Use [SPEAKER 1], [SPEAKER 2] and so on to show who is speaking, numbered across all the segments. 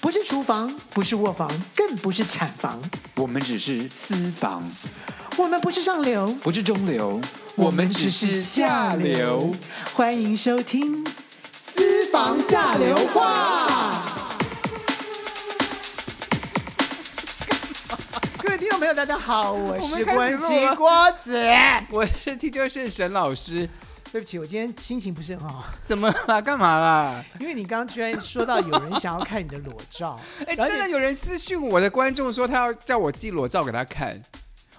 [SPEAKER 1] 不是厨房，不是卧房，更不是产房，
[SPEAKER 2] 我们只是私房，
[SPEAKER 1] 我们不是上流，
[SPEAKER 2] 不是中流，我们只是下流。。
[SPEAKER 1] 欢迎收听《私房下流话》。 各位听众朋友，大家好，我
[SPEAKER 2] 我
[SPEAKER 1] 是
[SPEAKER 2] 们开始
[SPEAKER 1] 文
[SPEAKER 2] 录
[SPEAKER 1] 琪
[SPEAKER 2] 了
[SPEAKER 1] 郭子。
[SPEAKER 2] 我是踢球圣沈老师，
[SPEAKER 1] 对不起，我今天心情不是很好，
[SPEAKER 2] 怎么啦？干嘛啦？
[SPEAKER 1] 因为你刚刚居然说到有人想要看你的裸照，
[SPEAKER 2] 哎，
[SPEAKER 1] 然后
[SPEAKER 2] 真的
[SPEAKER 1] 你
[SPEAKER 2] 有人私讯我的观众说他要叫我寄裸照给他看，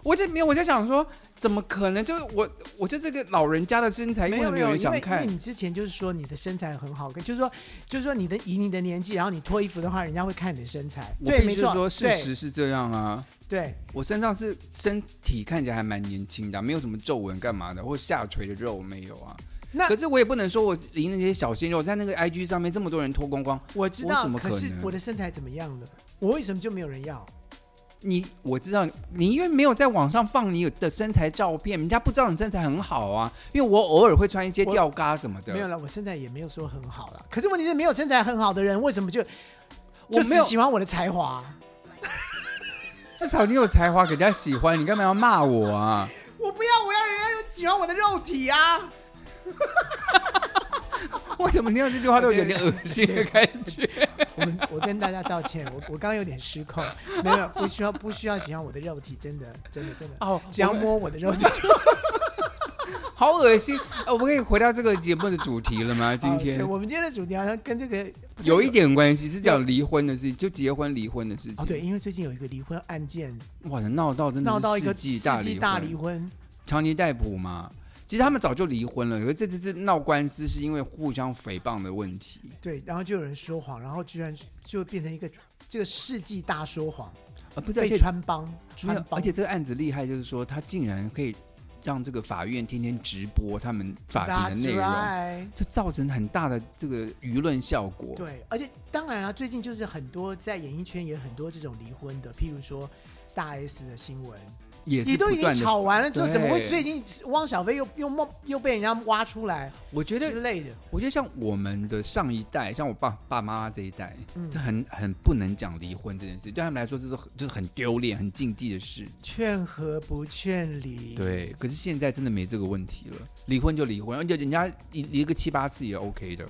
[SPEAKER 2] 我这没有，我在想说，怎么可能？就是我，我就这个老人家的身材，
[SPEAKER 1] 没
[SPEAKER 2] 为什
[SPEAKER 1] 有
[SPEAKER 2] 么
[SPEAKER 1] 哎没有，
[SPEAKER 2] 人
[SPEAKER 1] 因
[SPEAKER 2] 想
[SPEAKER 1] 为因为
[SPEAKER 2] 看？
[SPEAKER 1] 你之前就是说你的身材很好，就是说就是说你的以你的年纪，然后你脱衣服的话，人家会看你的身材。
[SPEAKER 2] 我
[SPEAKER 1] 对，
[SPEAKER 2] 必
[SPEAKER 1] 没
[SPEAKER 2] 须
[SPEAKER 1] 错，
[SPEAKER 2] 说，事
[SPEAKER 1] 对
[SPEAKER 2] 实是这样啊。
[SPEAKER 1] 对
[SPEAKER 2] 我身上是身体看起来还蛮年轻的啊、没有什么皱纹干嘛的，或下垂的肉没有啊。
[SPEAKER 1] 那
[SPEAKER 2] 可是我也不能说我离那些小鲜肉在那个 IG 上面这么多人脱光光，
[SPEAKER 1] 我知
[SPEAKER 2] 我
[SPEAKER 1] 道，
[SPEAKER 2] 怎么可
[SPEAKER 1] 可是
[SPEAKER 2] 能
[SPEAKER 1] 我的身材怎么样了？我为什么就没有人要？
[SPEAKER 2] 你我知道你因为没有在网上放你的身材照片，人家不知道你身材很好啊。因为我偶尔会穿一些
[SPEAKER 1] 我
[SPEAKER 2] 吊嘎什么的，
[SPEAKER 1] 没有了，我身材也没有说很好了。可是问题是，没有身材很好的人，为什么就
[SPEAKER 2] 我
[SPEAKER 1] 就
[SPEAKER 2] 没
[SPEAKER 1] 只
[SPEAKER 2] 有
[SPEAKER 1] 喜欢我的才华？
[SPEAKER 2] 至少你有才华，给人家喜欢，你干嘛要骂我啊？
[SPEAKER 1] 我不要，我要人家喜欢我的肉体啊！
[SPEAKER 2] 为什么听到这句话都有点恶心的感 觉？
[SPEAKER 1] 我们我跟大家道歉，我我刚刚有点失控，没有不需要不需要喜欢我的肉体，真的真的真的
[SPEAKER 2] 哦
[SPEAKER 1] 只要
[SPEAKER 2] 我们
[SPEAKER 1] 摸我的肉体就
[SPEAKER 2] 好恶心！呃我们可以回到这个节目的主题了吗？今
[SPEAKER 1] 哦对
[SPEAKER 2] 天
[SPEAKER 1] 我们今天的主题好像跟这个
[SPEAKER 2] 有一点关系，是讲离婚的事情，就结婚离婚的事情。
[SPEAKER 1] 哦，对，，因为最近有一个离婚案件
[SPEAKER 2] 哇，闹到真的是
[SPEAKER 1] 闹到一个
[SPEAKER 2] 嗯世纪大
[SPEAKER 1] 世
[SPEAKER 2] 离
[SPEAKER 1] 纪
[SPEAKER 2] 婚，
[SPEAKER 1] 大离婚，
[SPEAKER 2] 长期逮捕嘛。其实他们早就离婚了，可是这次是闹官司，是因为互相诽谤的问题。
[SPEAKER 1] 对，然后就有人说谎，然后居然就变成一个这个世纪大说谎，
[SPEAKER 2] 啊，不是，而
[SPEAKER 1] 被
[SPEAKER 2] 且
[SPEAKER 1] 穿帮
[SPEAKER 2] 没
[SPEAKER 1] 穿
[SPEAKER 2] 有，
[SPEAKER 1] 帮，
[SPEAKER 2] 而且这个案子厉害，就是说他竟然可以让这个法院天天直播他们法
[SPEAKER 1] That's
[SPEAKER 2] 庭的内容，
[SPEAKER 1] right
[SPEAKER 2] 就造成很大的这个舆论效果。
[SPEAKER 1] 对，而且当然啊，最近就是很多在演艺圈也很多这种离婚的，譬如说大 S 的新闻，
[SPEAKER 2] 也是
[SPEAKER 1] 你都已
[SPEAKER 2] 不
[SPEAKER 1] 经
[SPEAKER 2] 断地
[SPEAKER 1] 吵完了之后，怎么会
[SPEAKER 2] 对
[SPEAKER 1] 最近汪小菲又又梦又被人家挖出来
[SPEAKER 2] 我觉得
[SPEAKER 1] 之类的？
[SPEAKER 2] 我觉得像我们的上一代，像我爸爸妈妈这一代，
[SPEAKER 1] 嗯
[SPEAKER 2] 他很很不能讲离婚这件事，对他们来说这是很就是很丢脸、很禁忌的事。
[SPEAKER 1] 劝和不劝离，，
[SPEAKER 2] 对，可是现在真的没这个问题了，离婚就离婚，而且人家离离个七八次也 OK 的。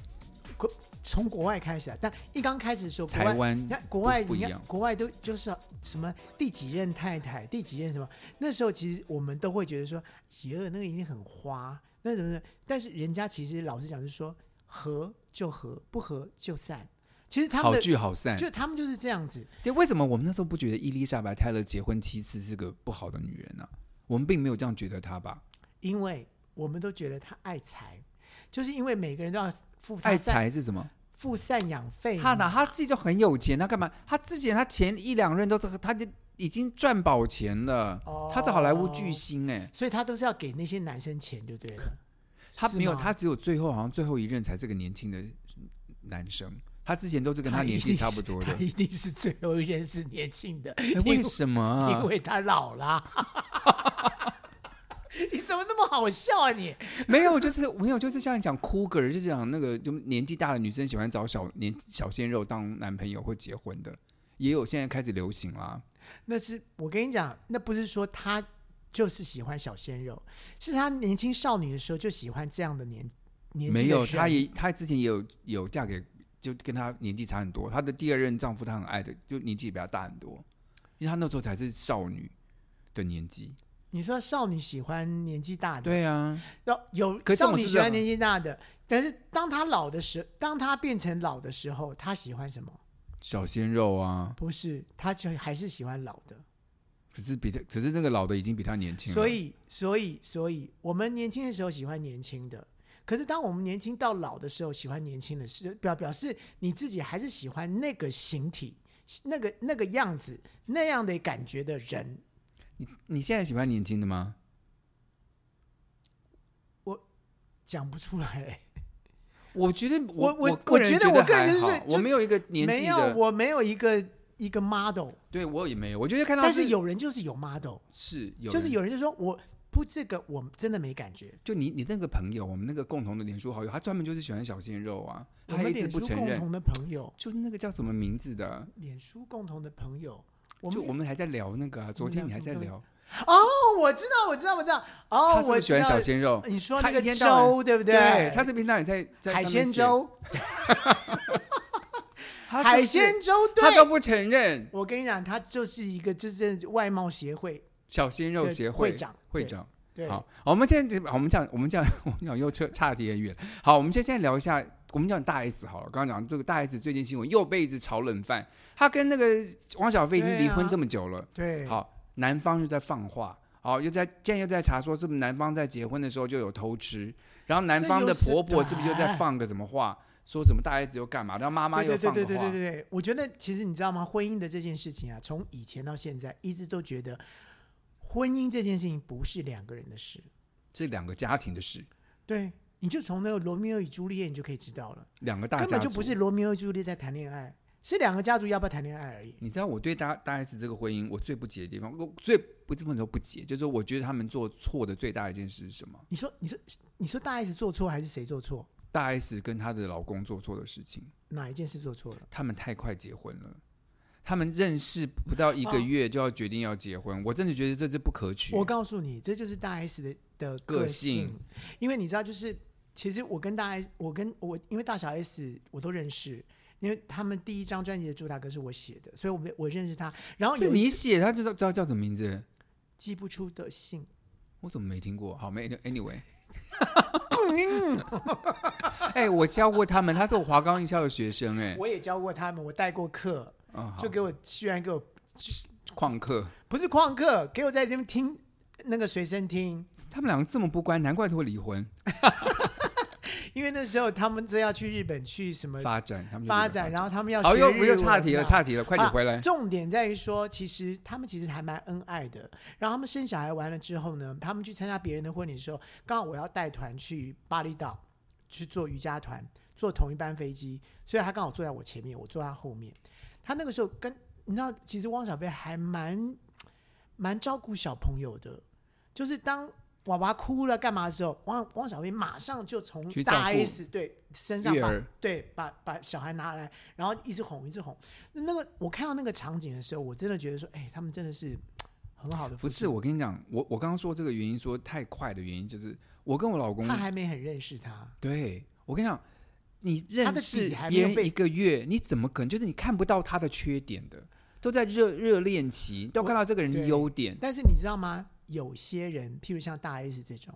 [SPEAKER 1] 从国外开始啊，但一刚开始的时候，国
[SPEAKER 2] 台
[SPEAKER 1] 外。
[SPEAKER 2] 湾
[SPEAKER 1] 你看国外，
[SPEAKER 2] 不不
[SPEAKER 1] 你
[SPEAKER 2] 一
[SPEAKER 1] 看
[SPEAKER 2] 样
[SPEAKER 1] 国外都就是什么第几任太太，第几任什么，那时候其实我们都会觉得说，耶，那个一定很花，那怎么的？但是人家其实老实讲，就是说和就和，不和就散。其实他们
[SPEAKER 2] 好
[SPEAKER 1] 的
[SPEAKER 2] 聚好散。
[SPEAKER 1] 就他们就是这样子，
[SPEAKER 2] 对，为什么我们那时候不觉得伊丽莎白泰勒结婚七次是个不好的女人呢、我们并没有这样觉得她吧？
[SPEAKER 1] 因为我们都觉得他爱财，就是因为每个人都要付他
[SPEAKER 2] 爱
[SPEAKER 1] 赡
[SPEAKER 2] 财是什么？
[SPEAKER 1] 付赡养费嘛。
[SPEAKER 2] 她哪她自己就很有钱，她干嘛？她之前她前一两任都是她就已经赚饱钱了，
[SPEAKER 1] 哦
[SPEAKER 2] 她是好莱坞巨星哎、
[SPEAKER 1] 所以他都是要给那些男生钱，就对了。
[SPEAKER 2] 她
[SPEAKER 1] 是
[SPEAKER 2] 没有，
[SPEAKER 1] 吗
[SPEAKER 2] 她只有最后好像最后一任才是个年轻的男生，她之前都是跟
[SPEAKER 1] 他
[SPEAKER 2] 她
[SPEAKER 1] 一
[SPEAKER 2] 年
[SPEAKER 1] 定
[SPEAKER 2] 纪差不
[SPEAKER 1] 是
[SPEAKER 2] 多的
[SPEAKER 1] 他，一定是最后一任是年轻的，
[SPEAKER 2] 哎为什么啊？
[SPEAKER 1] 因为他老啦。 你怎么那么好笑啊你？
[SPEAKER 2] 没有，就是没有，就是像你讲 cougar，就是讲那个就年纪大的女生喜欢找小年小鲜肉当男朋友或结婚的，也有现在开始流行啦。
[SPEAKER 1] 那是我跟你讲，那不是说他就是喜欢小鲜肉，是他年轻少女的时候就喜欢这样的年年纪的啊
[SPEAKER 2] 没有，
[SPEAKER 1] 人
[SPEAKER 2] 她也她之前也有有嫁给，就跟她年纪差很多，她的第二任丈夫她很爱的，就年纪也比她大很多，因为她那时候才是少女的年纪。
[SPEAKER 1] 你说少女喜欢年纪大的，
[SPEAKER 2] 对啊，
[SPEAKER 1] 有有
[SPEAKER 2] 可是这
[SPEAKER 1] 少
[SPEAKER 2] 种
[SPEAKER 1] 女
[SPEAKER 2] 是
[SPEAKER 1] 喜欢
[SPEAKER 2] 这
[SPEAKER 1] 年
[SPEAKER 2] 样
[SPEAKER 1] 纪大的，但是当她老的时，当她变成老的时候，她喜欢什么？
[SPEAKER 2] 小鲜肉啊，
[SPEAKER 1] 不是，她就还是喜欢老的。
[SPEAKER 2] 可是比她，可是那个老的已经比她年轻了，
[SPEAKER 1] 所以，所以，所以，我们年轻的时候喜欢年轻的，可是当我们年轻到老的时候，喜欢年轻的时，表表示你自己还是喜欢那个形体、那个那个样子、那样的感觉的人。
[SPEAKER 2] 你你现在喜欢年轻的吗？
[SPEAKER 1] 讲不出 来，
[SPEAKER 2] 我觉得
[SPEAKER 1] 我我
[SPEAKER 2] 我
[SPEAKER 1] 我
[SPEAKER 2] 个人
[SPEAKER 1] 觉得我个人
[SPEAKER 2] 还好
[SPEAKER 1] 是就
[SPEAKER 2] 我没有一个年纪
[SPEAKER 1] 没有
[SPEAKER 2] 的，
[SPEAKER 1] 我没有一个一个 model，
[SPEAKER 2] 对我也没有，我觉得看到
[SPEAKER 1] 但是有人就是有 model。
[SPEAKER 2] 是有人，
[SPEAKER 1] 就是有人就说我不，这个我真的没感觉。
[SPEAKER 2] 就你你那个朋友，我们那个共同的脸书好友，他专门就是喜欢小鲜肉啊，
[SPEAKER 1] 我
[SPEAKER 2] 他还
[SPEAKER 1] 们
[SPEAKER 2] 一直
[SPEAKER 1] 脸
[SPEAKER 2] 不
[SPEAKER 1] 书
[SPEAKER 2] 承
[SPEAKER 1] 共
[SPEAKER 2] 认。
[SPEAKER 1] 同的朋友，
[SPEAKER 2] 就是那个叫什么名字的，
[SPEAKER 1] 脸书共同的朋友，我
[SPEAKER 2] 就
[SPEAKER 1] 们
[SPEAKER 2] 我们还在聊那个、啊，昨天你还在聊，
[SPEAKER 1] 哦，我知道，我知道，我知道。哦，
[SPEAKER 2] 他是不
[SPEAKER 1] 我
[SPEAKER 2] 是喜
[SPEAKER 1] 知
[SPEAKER 2] 欢
[SPEAKER 1] 道
[SPEAKER 2] 小鲜肉？
[SPEAKER 1] 你说
[SPEAKER 2] 哦他
[SPEAKER 1] 那个
[SPEAKER 2] 一天到晚
[SPEAKER 1] 粥对不
[SPEAKER 2] 对，他是平常也在在
[SPEAKER 1] 海
[SPEAKER 2] 上面
[SPEAKER 1] 鲜
[SPEAKER 2] 写，
[SPEAKER 1] 粥，
[SPEAKER 2] 他是不是
[SPEAKER 1] 海鲜粥
[SPEAKER 2] 他都
[SPEAKER 1] 对。
[SPEAKER 2] 不承认。
[SPEAKER 1] 我跟你讲，他就是一个就是外贸协会
[SPEAKER 2] 小鲜肉
[SPEAKER 1] 的
[SPEAKER 2] 协
[SPEAKER 1] 会
[SPEAKER 2] 会
[SPEAKER 1] 长，
[SPEAKER 2] 会
[SPEAKER 1] 对
[SPEAKER 2] 长，
[SPEAKER 1] 对，
[SPEAKER 2] 好，好我们现在我们讲我们讲我们讲又扯差题很远。好，我们现在聊一下，我们讲大 S 好了。刚刚讲这个大 S 最近新闻又被一直炒冷饭，她跟那个汪小菲已经
[SPEAKER 1] 对
[SPEAKER 2] 离
[SPEAKER 1] 啊
[SPEAKER 2] 婚这么久了。
[SPEAKER 1] 对，
[SPEAKER 2] 好，男方又在放话，好，又在现在又在查说是不是男方在结婚的时候就有偷吃，然后男
[SPEAKER 1] 这
[SPEAKER 2] 方的
[SPEAKER 1] 又是
[SPEAKER 2] 婆婆是不是又在
[SPEAKER 1] 哎
[SPEAKER 2] 放个什么话，说什么大 S 又干嘛，然后妈妈又
[SPEAKER 1] 对对
[SPEAKER 2] 放个
[SPEAKER 1] 对对对
[SPEAKER 2] 话，
[SPEAKER 1] 对对，我觉得其实你知道吗？婚姻的这件事情啊，从以前到现在，一直都觉得婚姻这件事情不是两个人的事。
[SPEAKER 2] 这两个家庭的事，
[SPEAKER 1] 对，你就从那个罗密欧与朱丽叶你就可以知道了，
[SPEAKER 2] 两个大家
[SPEAKER 1] 根
[SPEAKER 2] 族
[SPEAKER 1] 本就不是罗密欧与朱丽叶在谈恋爱，是两个家族要不要谈恋爱而已。
[SPEAKER 2] 你知道我对大大 S 这个婚姻我最不解的地方，我最不这么说不解，就是我觉得他们做错的最大一件事是什么？
[SPEAKER 1] 你说，你说，你说大 S 做错还是谁做错？
[SPEAKER 2] 大 S 跟她的老公做错的事情，
[SPEAKER 1] 哪一件事做错了？
[SPEAKER 2] 他们太快结婚了，他们认识不到一个月就要决定要结婚，我真的觉得这是不可取。
[SPEAKER 1] 啊我告诉你，这就是大 S 的的
[SPEAKER 2] 个
[SPEAKER 1] 性，
[SPEAKER 2] 性
[SPEAKER 1] 因为你知道，就是其实我跟大 S，我跟我因为大小 S 我都认识，因为他们第一张专辑的主打歌是我写的，所以我们我认识他。然后
[SPEAKER 2] 是
[SPEAKER 1] 有一
[SPEAKER 2] 你
[SPEAKER 1] 次
[SPEAKER 2] 写，他就知道知道叫什么名字，
[SPEAKER 1] 寄不出的信，
[SPEAKER 2] 我怎么没听过？好，没 anyway。哎、我教过他们，他是我华冈艺校的学生、哎，
[SPEAKER 1] 我也教过他们，我带过课，
[SPEAKER 2] 啊，好
[SPEAKER 1] 就给我居然给我
[SPEAKER 2] 旷课，
[SPEAKER 1] 不是旷课，给我在那边听那个随身听，
[SPEAKER 2] 他们两个这么不乖，难怪会离婚。
[SPEAKER 1] 因为那时候他们正要去日本去什么
[SPEAKER 2] 发展，他们就
[SPEAKER 1] 发
[SPEAKER 2] 这个
[SPEAKER 1] 展，然后他们要
[SPEAKER 2] 好，
[SPEAKER 1] 学
[SPEAKER 2] 又
[SPEAKER 1] 日
[SPEAKER 2] 又
[SPEAKER 1] 文
[SPEAKER 2] 岔题了，
[SPEAKER 1] 嘛
[SPEAKER 2] 岔题了，快点
[SPEAKER 1] 啊
[SPEAKER 2] 回来。
[SPEAKER 1] 重点在于说，其实他们其实还蛮恩爱的。然后他们生小孩完了之后呢，他们去参加别人的婚礼的时候，刚好我要带团去巴厘岛去做瑜伽团，坐同一班飞机，所以他刚好坐在我前面，我坐他后面。他那个时候跟你知道，其实汪小菲还蛮 蛮照顾小朋友的，就是当。娃娃哭了干嘛的时候，汪汪小菲马上就从
[SPEAKER 2] 去照
[SPEAKER 1] 大
[SPEAKER 2] 顾
[SPEAKER 1] S 对身上
[SPEAKER 2] 育
[SPEAKER 1] 把
[SPEAKER 2] 儿
[SPEAKER 1] 对把把小孩拿来，然后一直哄一直哄，那个我看到那个场景的时候，我真的觉得说，哎、他们真的是很好的夫
[SPEAKER 2] 不
[SPEAKER 1] 妻。
[SPEAKER 2] 是，我跟你讲，我我刚刚说这个原因，说太快的原因，就是我跟我老公
[SPEAKER 1] 他，还没很认识他，
[SPEAKER 2] 对我跟你讲，你
[SPEAKER 1] 他
[SPEAKER 2] 认
[SPEAKER 1] 的
[SPEAKER 2] 识
[SPEAKER 1] 底还没
[SPEAKER 2] 别
[SPEAKER 1] 有
[SPEAKER 2] 人
[SPEAKER 1] 被
[SPEAKER 2] 一个月，你怎么可能就是你看不到他的缺点的，都在热热恋期，都
[SPEAKER 1] 我
[SPEAKER 2] 看到这个人的
[SPEAKER 1] 对
[SPEAKER 2] 优点。
[SPEAKER 1] 但是你知道吗？有些人，譬如像大 S 这种，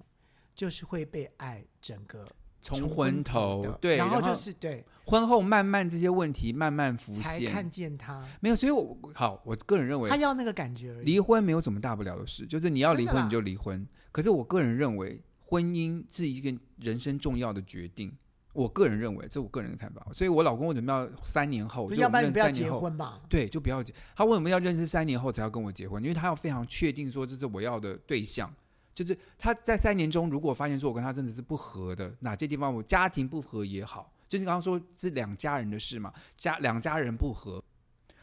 [SPEAKER 1] 就是会被爱整个
[SPEAKER 2] 冲
[SPEAKER 1] 昏
[SPEAKER 2] 昏头
[SPEAKER 1] 的，
[SPEAKER 2] 对，
[SPEAKER 1] 然
[SPEAKER 2] 后
[SPEAKER 1] 后就是对，
[SPEAKER 2] 婚后慢慢这些问题慢慢浮
[SPEAKER 1] 才看
[SPEAKER 2] 现，
[SPEAKER 1] 见他，
[SPEAKER 2] 没有，所以我好，我个人认为
[SPEAKER 1] 他要那个感觉而已。
[SPEAKER 2] 离婚没有什么大不了的事，就是你要
[SPEAKER 1] 真
[SPEAKER 2] 离
[SPEAKER 1] 的
[SPEAKER 2] 婚
[SPEAKER 1] 啦
[SPEAKER 2] 你就离婚。可是我个人认为，婚姻是一个人生重要的决定。我个人认为，这是我个人的看法。所以我老公为什么要三年后？
[SPEAKER 1] 就
[SPEAKER 2] 就
[SPEAKER 1] 要不然你
[SPEAKER 2] 我们
[SPEAKER 1] 不要
[SPEAKER 2] 认识三
[SPEAKER 1] 结
[SPEAKER 2] 年后。
[SPEAKER 1] 婚吧。
[SPEAKER 2] 对，就不要结。他为什么要认识三年后才要跟我结婚？因为他要非常确定说这是我要的对象。就是他在三年中，如果发现说我跟他真的是不合的，哪些地方我家庭不合也好，就你刚刚说是两家人的事嘛，家两家人不合，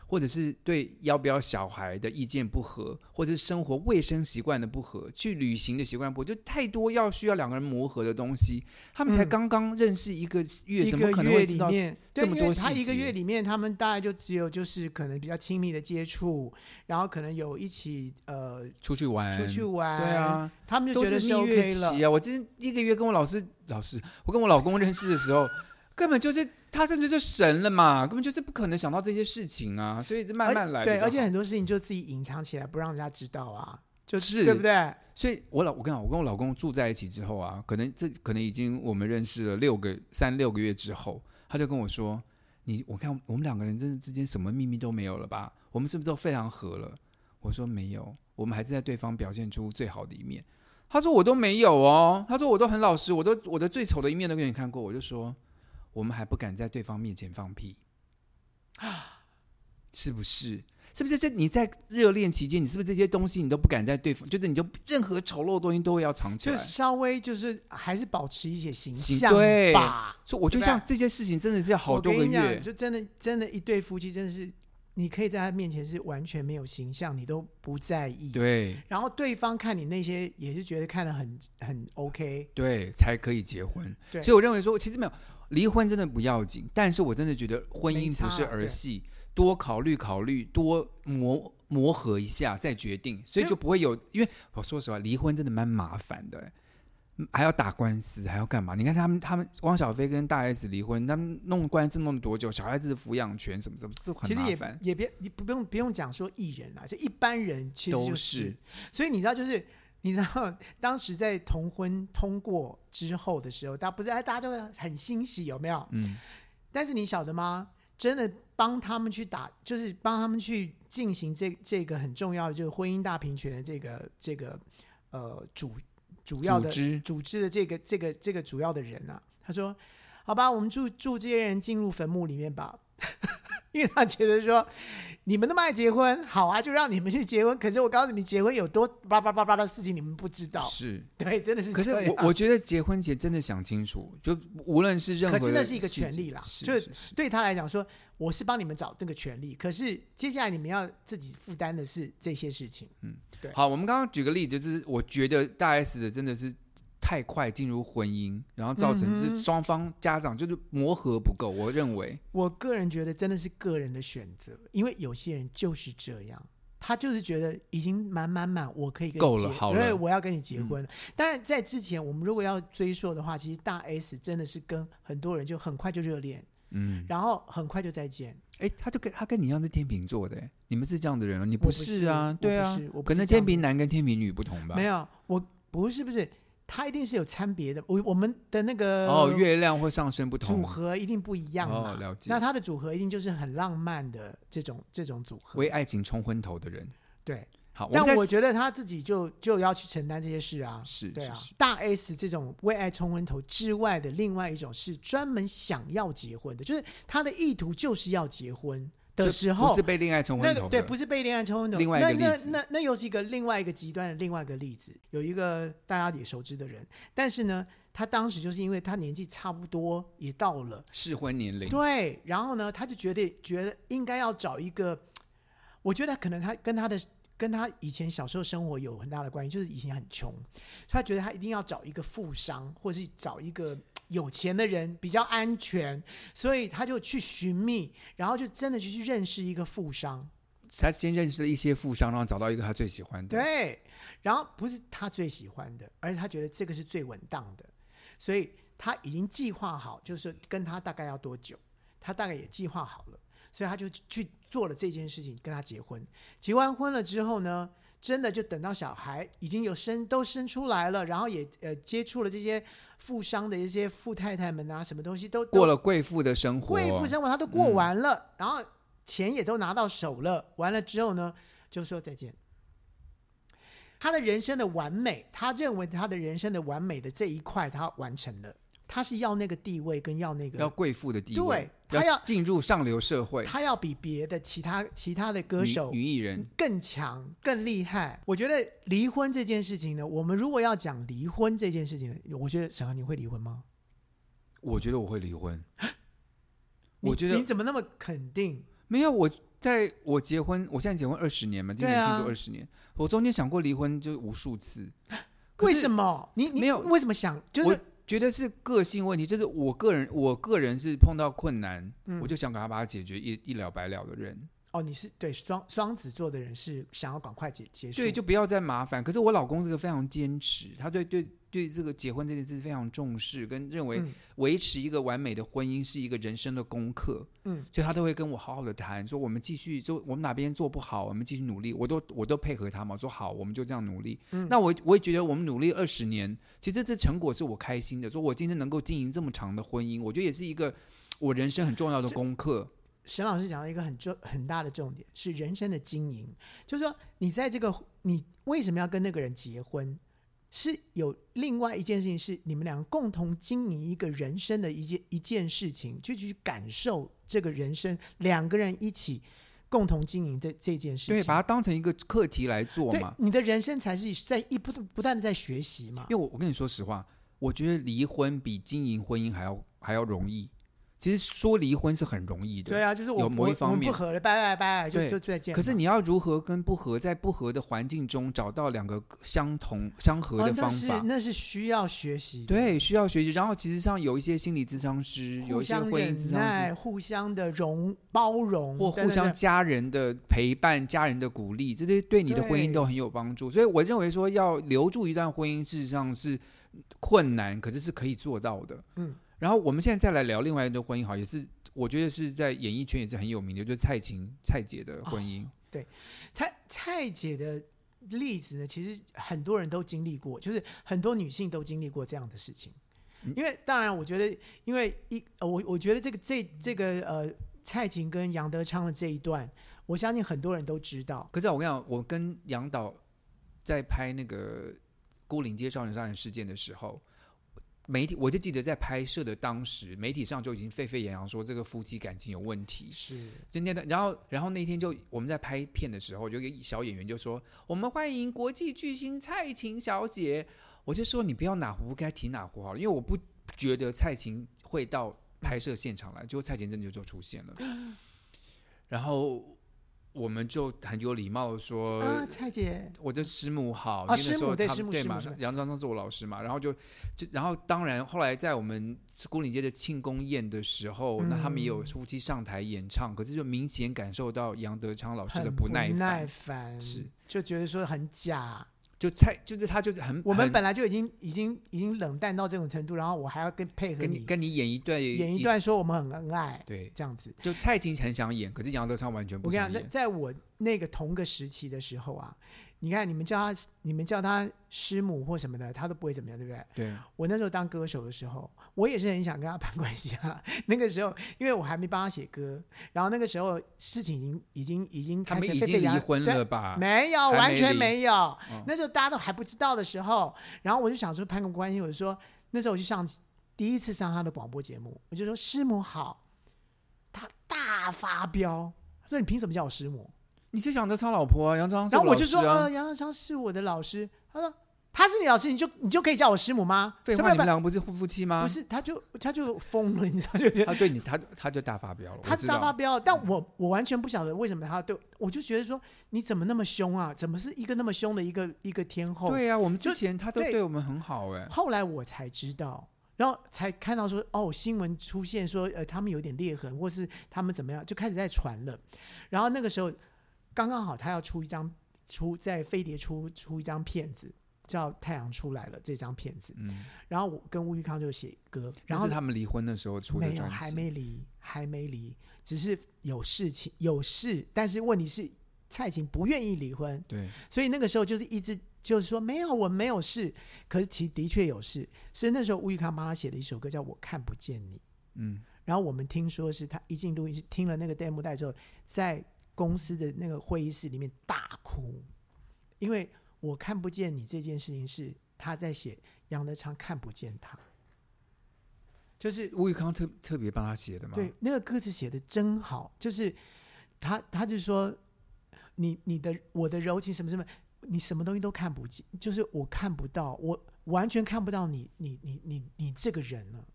[SPEAKER 2] 或者是对要不要小孩的意见不合，或者是生活卫生习惯的不合，去旅行的习惯不合，就太多要需要两个人磨合的东西，他们才
[SPEAKER 1] 嗯
[SPEAKER 2] 刚刚认识一个月，
[SPEAKER 1] 一
[SPEAKER 2] 怎
[SPEAKER 1] 个
[SPEAKER 2] 么可能
[SPEAKER 1] 月
[SPEAKER 2] 会知
[SPEAKER 1] 里
[SPEAKER 2] 道
[SPEAKER 1] 面，
[SPEAKER 2] 这
[SPEAKER 1] 对，
[SPEAKER 2] 么
[SPEAKER 1] 因
[SPEAKER 2] 多
[SPEAKER 1] 为他
[SPEAKER 2] 细
[SPEAKER 1] 一个
[SPEAKER 2] 节
[SPEAKER 1] 月里面，他们大概就只有就是可能比较亲密的接触，然后可能有一起呃
[SPEAKER 2] 出去玩？
[SPEAKER 1] 出去玩，
[SPEAKER 2] 对啊，
[SPEAKER 1] 他们就
[SPEAKER 2] 都
[SPEAKER 1] 觉得
[SPEAKER 2] 是蜜月
[SPEAKER 1] OK 了。
[SPEAKER 2] 期啊！我真一个月跟我老师老师，我跟我老公认识的时候，根本就是他真的就神了嘛，根本就是不可能想到这些事情啊，所以就慢慢来
[SPEAKER 1] 而
[SPEAKER 2] 比较
[SPEAKER 1] 对，
[SPEAKER 2] 好。
[SPEAKER 1] 而且很多事情就自己隐藏起来，不让人家知道啊，就是对不对？
[SPEAKER 2] 所以我老我跟你讲，我跟我老公住在一起之后啊，可能这可能已经我们认识了六个三六个月之后，他就跟我说：“你我看我们两个人真的之间什么秘密都没有了吧？我们是不是都非常合了？”我说：“没有，我们还是在对方表现出最好的一面。”他说：“我都没有哦。”他说：“我都很老实，我都我的最丑的一面都给你看过。”我就说：“我们还不敢在对方面前放屁，是不是？”是不是这你在热恋期间，你是不是这些东西你都不敢在对方，就是你就任何丑陋的东西都会要藏起
[SPEAKER 1] 就
[SPEAKER 2] 来？
[SPEAKER 1] 稍微就是还是保持一些形
[SPEAKER 2] 形
[SPEAKER 1] 象
[SPEAKER 2] 对
[SPEAKER 1] 吧。
[SPEAKER 2] 所以我就
[SPEAKER 1] 对吧
[SPEAKER 2] 像这些事情真的是要好
[SPEAKER 1] 我
[SPEAKER 2] 多
[SPEAKER 1] 跟
[SPEAKER 2] 个
[SPEAKER 1] 你讲
[SPEAKER 2] 月，
[SPEAKER 1] 就真的真的，一对夫妻真的是你可以在他面前是完全没有形象，你都不在意。
[SPEAKER 2] 对
[SPEAKER 1] 然后对方看你那些也是觉得看得很很 OK，
[SPEAKER 2] 对，才可以结婚。
[SPEAKER 1] 对
[SPEAKER 2] 所以我认为说，其实没有离婚真的不要紧，但是我真的觉得婚
[SPEAKER 1] 没
[SPEAKER 2] 姻
[SPEAKER 1] 差
[SPEAKER 2] 不是
[SPEAKER 1] 啊
[SPEAKER 2] 儿
[SPEAKER 1] 对
[SPEAKER 2] 戏，多考虑考虑，多磨磨合一下再决定，所
[SPEAKER 1] 所
[SPEAKER 2] 以
[SPEAKER 1] 以
[SPEAKER 2] 就不会有。因为我说实话，离婚真的蛮麻烦的、嗯还要打官司，还要干嘛？你看他们，他们汪小菲跟大 S 离婚，他们弄官司弄了多久？小孩子的抚养权什么什么，是很
[SPEAKER 1] 其实
[SPEAKER 2] 麻
[SPEAKER 1] 也
[SPEAKER 2] 烦。
[SPEAKER 1] 也别你不用不用讲说艺人啦，就一般人其实
[SPEAKER 2] 都
[SPEAKER 1] 就是所以你知道就是。你知道，当时在同婚通过之后的时候，大家不是哎，大家就会很欣喜，有没有？
[SPEAKER 2] 嗯，
[SPEAKER 1] 但是你晓得吗？真的帮他们去打，就是帮他们去进行这这个很重要的，就是婚姻大平权的这个这个呃主主要
[SPEAKER 2] 组
[SPEAKER 1] 的
[SPEAKER 2] 织
[SPEAKER 1] 组织的这个这个这个主要的人啊，他说：“好吧，我们祝祝这些人进入坟墓里面吧。” 因为他觉得说，你们那么爱结婚，好啊，就让你们去结婚。可是我告诉你们，结婚有多叭叭叭叭的事情，你们不知道。
[SPEAKER 2] 是。
[SPEAKER 1] 对，真的是
[SPEAKER 2] 可是
[SPEAKER 1] 这样。
[SPEAKER 2] 我我觉得结婚前真的想清楚，就无论是任何
[SPEAKER 1] 可是
[SPEAKER 2] 的事情，
[SPEAKER 1] 那是一个权利啦
[SPEAKER 2] 是
[SPEAKER 1] 就是
[SPEAKER 2] 是
[SPEAKER 1] 对他来讲说，我是帮你们找那个权利，可是接下来你们要自己负担的是这些事情。对
[SPEAKER 2] 好，我们刚刚举个例子，就是我觉得大 S 的真的是太快进入婚姻，然后造成
[SPEAKER 1] 嗯哼
[SPEAKER 2] 是双方家长就是磨合不够，我认为
[SPEAKER 1] 我个人觉得真的是个人的选择，因为有些人就是这样，他就是觉得已经满满满，我可以跟你
[SPEAKER 2] 够
[SPEAKER 1] 结
[SPEAKER 2] 了好
[SPEAKER 1] 对，
[SPEAKER 2] 了嗯
[SPEAKER 1] 我要跟你结婚了。当然，在之前我们如果要追溯的话，其实大 S 真的是跟很多人就很快就热恋，
[SPEAKER 2] 嗯，
[SPEAKER 1] 然后很快就再见。
[SPEAKER 2] 哎，他就跟他跟你一样是天秤座的，诶你们是这样的人哦，你
[SPEAKER 1] 我不
[SPEAKER 2] 是啊
[SPEAKER 1] 是？
[SPEAKER 2] 对
[SPEAKER 1] 我
[SPEAKER 2] 啊
[SPEAKER 1] 不是我，不
[SPEAKER 2] 可
[SPEAKER 1] 是
[SPEAKER 2] 能
[SPEAKER 1] 这样
[SPEAKER 2] 天秤男跟天秤女不同吧？
[SPEAKER 1] 没有，我不是不是，他一定是有参别的。我我们的那个
[SPEAKER 2] 哦，月亮或上升不
[SPEAKER 1] 组
[SPEAKER 2] 同。
[SPEAKER 1] 合一定不一样嘛。
[SPEAKER 2] 哦了解
[SPEAKER 1] 那他的组合一定就是很浪漫的这种这种组合
[SPEAKER 2] 为。爱情冲昏头的人，
[SPEAKER 1] 对，
[SPEAKER 2] 好，我们
[SPEAKER 1] 但
[SPEAKER 2] 再
[SPEAKER 1] 我觉得他自己就就要去承担这些事啊。
[SPEAKER 2] 是
[SPEAKER 1] 对啊
[SPEAKER 2] 是是，
[SPEAKER 1] 大 S 这种为爱冲昏头之外的另外一种是专门想要结婚的，就是他的意图就是要结婚的
[SPEAKER 2] 就
[SPEAKER 1] 时
[SPEAKER 2] 不
[SPEAKER 1] 候
[SPEAKER 2] 是，被恋爱冲
[SPEAKER 1] 那
[SPEAKER 2] 昏头的，
[SPEAKER 1] 对不是被恋爱冲昏头。
[SPEAKER 2] 另外一个
[SPEAKER 1] 那
[SPEAKER 2] 例
[SPEAKER 1] 那
[SPEAKER 2] 子
[SPEAKER 1] 那那又是一个另外一个极端的另外一个例子，有一个大家也熟知的人，但是呢，他当时就是因为他年纪差不多也到了，
[SPEAKER 2] 适婚年龄，
[SPEAKER 1] 对，然后呢，他就觉得觉得应该要找一个，我觉得可能他跟他的跟他以前小时候生活有很大的关系，就是以前很穷，所以他觉得他一定要找一个富商，或是找一个有钱的人比较安全，所以他就去寻觅，然后就真的就去认识一个富商，
[SPEAKER 2] 他先认识了一些富商，然后找到一个他最喜欢的，
[SPEAKER 1] 对，啊然后不是他最喜欢的，而且他觉得这个是最稳当的，所以他已经计划好，就是跟他大概要多久，他大概也计划好了，所以他就去做了这件事情，跟他结婚。结完婚了之后呢，真的就等到小孩已经有生都生出来了，然后也呃接触了这些富商的一些富太太们啊，什么东西都
[SPEAKER 2] 过
[SPEAKER 1] 了
[SPEAKER 2] 了贵妇的生活，
[SPEAKER 1] 贵妇生活他都过完了，
[SPEAKER 2] 嗯
[SPEAKER 1] 然后钱也都拿到手了，完了之后呢，就说再见。他的人生的完美，他认为他的人生的完美的这一块他完成了，他是要那个地位跟要那
[SPEAKER 2] 要
[SPEAKER 1] 个，
[SPEAKER 2] 贵妇的地位，
[SPEAKER 1] 对他要
[SPEAKER 2] 进入上流社会，
[SPEAKER 1] 他要比别的其他其他的歌手
[SPEAKER 2] 女女艺人
[SPEAKER 1] 更强、更厉害。我觉得离婚这件事情呢，我们如果要讲离婚这件事情，我觉得沈航你会离婚吗？
[SPEAKER 2] 我觉得我会离婚。
[SPEAKER 1] 你
[SPEAKER 2] 我觉
[SPEAKER 1] 你
[SPEAKER 2] 得
[SPEAKER 1] 怎么那么肯定？
[SPEAKER 2] 没有，我在我结婚，我现在结婚二十年嘛，今
[SPEAKER 1] 对
[SPEAKER 2] 年
[SPEAKER 1] 啊
[SPEAKER 2] 庆祝二十年，我中间想过离婚就无数次。
[SPEAKER 1] 为什
[SPEAKER 2] 么？
[SPEAKER 1] 么？你你
[SPEAKER 2] 没有
[SPEAKER 1] 为什么想？就是
[SPEAKER 2] 我觉得是个性问题，就是我个人，我个人是碰到困难，我就想赶快把它解决一一了百了的人。
[SPEAKER 1] 哦，你是对双双子座的人是想要赶快结结束，
[SPEAKER 2] 对，就不要再麻烦。可是我老公是个非常坚持，他对对对这个结婚这件事非常重视，跟认为
[SPEAKER 1] 嗯
[SPEAKER 2] 维持一个完美的婚姻是一个人生的功课。
[SPEAKER 1] 嗯，
[SPEAKER 2] 所以他都会跟我好好的谈，说我们继续，就我们哪边做不好，我们继续努力，我都我都配合他嘛，我说好，我们就这样努力。
[SPEAKER 1] 嗯
[SPEAKER 2] 那我我也觉得我们努力二十年，其实这成果是我开心的，说我今天能够经营这么长的婚姻，我觉得也是一个我人生很重要的功课。
[SPEAKER 1] 沈老师讲了一个很重很大的重点是人生的经营，就是说你在这个你为什么要跟那个人结婚，是有另外一件事情是你们两个共同经营一个人生的一件一件事情，就去感受这个人生，两个人一起共同经营这这件事情，
[SPEAKER 2] 对，把它当成一个课题来做
[SPEAKER 1] 对
[SPEAKER 2] 嘛。
[SPEAKER 1] 你的人生才是在一不不断的在学习嘛
[SPEAKER 2] 因，为我我跟你说实话，我觉得离婚比经营婚姻还要还要容易。其实说离婚是很容易的，
[SPEAKER 1] 对啊，就是我
[SPEAKER 2] 有某一
[SPEAKER 1] 我
[SPEAKER 2] 方
[SPEAKER 1] 我们
[SPEAKER 2] 面
[SPEAKER 1] 不合了，拜拜拜拜，就
[SPEAKER 2] 对
[SPEAKER 1] 就再见嘛。
[SPEAKER 2] 可是你要如何跟不合，在不合的环境中找到两个相同相合的
[SPEAKER 1] 哦，那
[SPEAKER 2] 方
[SPEAKER 1] 是
[SPEAKER 2] 法？
[SPEAKER 1] 那是需要学习的，
[SPEAKER 2] 对，需要学习。然后其实上有一些心理咨商师，有
[SPEAKER 1] 互
[SPEAKER 2] 一些
[SPEAKER 1] 相
[SPEAKER 2] 婚姻
[SPEAKER 1] 忍
[SPEAKER 2] 咨商
[SPEAKER 1] 耐，
[SPEAKER 2] 师，
[SPEAKER 1] 互相的容包容，
[SPEAKER 2] 或
[SPEAKER 1] 等
[SPEAKER 2] 互相
[SPEAKER 1] 等
[SPEAKER 2] 家人的陪伴、家人的鼓励，这些对你的婚姻
[SPEAKER 1] 对
[SPEAKER 2] 都很有帮助。所以我认为说，要留住一段婚姻，事实上是困难，可是是可以做到的。
[SPEAKER 1] 嗯。
[SPEAKER 2] 然后我们现在再来聊另外一段婚姻，好，也是我觉得是在演艺圈也是很有名的，就是蔡琴蔡姐的
[SPEAKER 1] 哦
[SPEAKER 2] 婚姻。
[SPEAKER 1] 蔡蔡姐的例子呢，其实很多人都经历过，就是很多女性都经历过这样的事情。
[SPEAKER 2] 嗯
[SPEAKER 1] 因为当然，我觉得，因为一呃我我觉得这个这这个呃蔡琴跟杨德昌的这一段，我相信很多人都知道。
[SPEAKER 2] 可是啊我跟你讲，我跟杨导在拍那个《孤岭街少年杀人事件》的时候，媒体我就记得在拍摄的当时，媒体上就已经沸沸扬扬说这个夫妻感情有问题。
[SPEAKER 1] 是
[SPEAKER 2] 今天的，然后然后那天就我们在拍片的时候，有一个小演员就说：“我们欢迎国际巨星蔡琴小姐。”我就说：“你不要哪壶不该提哪壶好了，因为我不觉得蔡琴会到拍摄现场来。”结果蔡琴真的就出现了，然后我们就很有礼貌的说。
[SPEAKER 1] 啊，蔡姐，
[SPEAKER 2] 我的师母
[SPEAKER 1] 啊
[SPEAKER 2] 好，因为那
[SPEAKER 1] 师
[SPEAKER 2] 时
[SPEAKER 1] 母
[SPEAKER 2] 候
[SPEAKER 1] 对
[SPEAKER 2] 他
[SPEAKER 1] 师母
[SPEAKER 2] 对
[SPEAKER 1] 师母
[SPEAKER 2] 嘛
[SPEAKER 1] 师母，
[SPEAKER 2] 杨张张是我老师嘛，然后就，就然后当然后来在我们孤岭街的庆功宴的时候，那他们也有夫妻上台演唱，可是就明显感受到杨德昌老师的
[SPEAKER 1] 很
[SPEAKER 2] 哦不耐
[SPEAKER 1] 耐
[SPEAKER 2] 烦，
[SPEAKER 1] 烦，
[SPEAKER 2] 是
[SPEAKER 1] 就觉得说很假。
[SPEAKER 2] 就蔡就是他就是很
[SPEAKER 1] 我们
[SPEAKER 2] 很
[SPEAKER 1] 本来就已经已经已经冷淡到这种程度，然后我还要跟配合
[SPEAKER 2] 跟
[SPEAKER 1] 你
[SPEAKER 2] 你跟你演一段
[SPEAKER 1] 演一段说我们很恩爱
[SPEAKER 2] 对，
[SPEAKER 1] 这样子。
[SPEAKER 2] 就蔡琴很想演，可是杨德昌完全
[SPEAKER 1] 我
[SPEAKER 2] 不啊
[SPEAKER 1] 跟你讲，
[SPEAKER 2] 想
[SPEAKER 1] 在
[SPEAKER 2] 演，
[SPEAKER 1] 在我那个同个时期的时候啊，你看你们叫他你们叫他师母或什么的，他都不会怎么样，对不对？
[SPEAKER 2] 对，啊
[SPEAKER 1] 我那时候当歌手的时候，我也是很想跟他攀关系啊。 那个时候，因为我还没帮他写歌，然后那个时候事情已经已经已经
[SPEAKER 2] 他
[SPEAKER 1] 开
[SPEAKER 2] 们
[SPEAKER 1] 始
[SPEAKER 2] 已
[SPEAKER 1] 沸沸
[SPEAKER 2] 经离
[SPEAKER 1] 扬
[SPEAKER 2] 婚
[SPEAKER 1] 对
[SPEAKER 2] 了吧？
[SPEAKER 1] 没有，
[SPEAKER 2] 啊还
[SPEAKER 1] 完
[SPEAKER 2] 没
[SPEAKER 1] 全
[SPEAKER 2] 离
[SPEAKER 1] 没有。
[SPEAKER 2] 嗯
[SPEAKER 1] 那时候大家都还不知道的时候，然后我就想说攀个关系，我就说那时候我去上第一次上他的广播节目，我就说师母好，他大发飙，他说你凭什么叫我师母？
[SPEAKER 2] 你是杨德昌老婆啊，杨德昌是
[SPEAKER 1] 然后我
[SPEAKER 2] 老
[SPEAKER 1] 就
[SPEAKER 2] 师
[SPEAKER 1] 说
[SPEAKER 2] 啊
[SPEAKER 1] 呃，杨德昌是我的老师，他说他是你老师，你就你就可以叫我师母吗？
[SPEAKER 2] 废
[SPEAKER 1] 什
[SPEAKER 2] 话，
[SPEAKER 1] 么
[SPEAKER 2] 你们两个不是夫妻吗
[SPEAKER 1] 不？是，他就他就疯了，你知道就觉得
[SPEAKER 2] 他对你，他他就大发 飙了，我
[SPEAKER 1] 他
[SPEAKER 2] 知
[SPEAKER 1] 大
[SPEAKER 2] 道
[SPEAKER 1] 发飙，但我我完全不晓得为什么他对我就觉得说你怎么那么凶啊？怎么是一个那么凶的一个一个天后？
[SPEAKER 2] 对呀、啊我们
[SPEAKER 1] 就
[SPEAKER 2] 之前他都
[SPEAKER 1] 对
[SPEAKER 2] 哦对我们很好哎、
[SPEAKER 1] 后来我才知道，然后才看到说，哦，新闻出现说，呃，他们有点裂痕，或是他们怎么样，就开始在传了。然后那个时候，刚刚好他要出一张出在飞碟出出一张片子，叫《太阳出来了》这张片子。
[SPEAKER 2] 嗯，
[SPEAKER 1] 然后我跟吴玉康就写歌，
[SPEAKER 2] 那
[SPEAKER 1] 然后
[SPEAKER 2] 是他们离婚的时候出的
[SPEAKER 1] 没有
[SPEAKER 2] 专
[SPEAKER 1] 还
[SPEAKER 2] 辑，
[SPEAKER 1] 没离，还没离，只是有事情有事，但是问题是蔡琴不愿意离婚，
[SPEAKER 2] 对，
[SPEAKER 1] 所以那个时候就是一直就是说没有，我没有事。可是其实的确有事，是那时候吴玉康帮他写了一首歌叫《我看不见你》。
[SPEAKER 2] 嗯，
[SPEAKER 1] 然后我们听说是他一进录音室听了那个 demo 带之后，在公司的那个会议室里面大哭，因为我看不见你这件事情是他在写杨德昌看不见他，就是
[SPEAKER 2] 吴宇康特特别帮他写的嘛，
[SPEAKER 1] 对，那个歌词写的真好，就是他他就说你你的我的柔情什么什么，你什么东西都看不见，就是我看不到，我完全看不到你你你你你这个人了。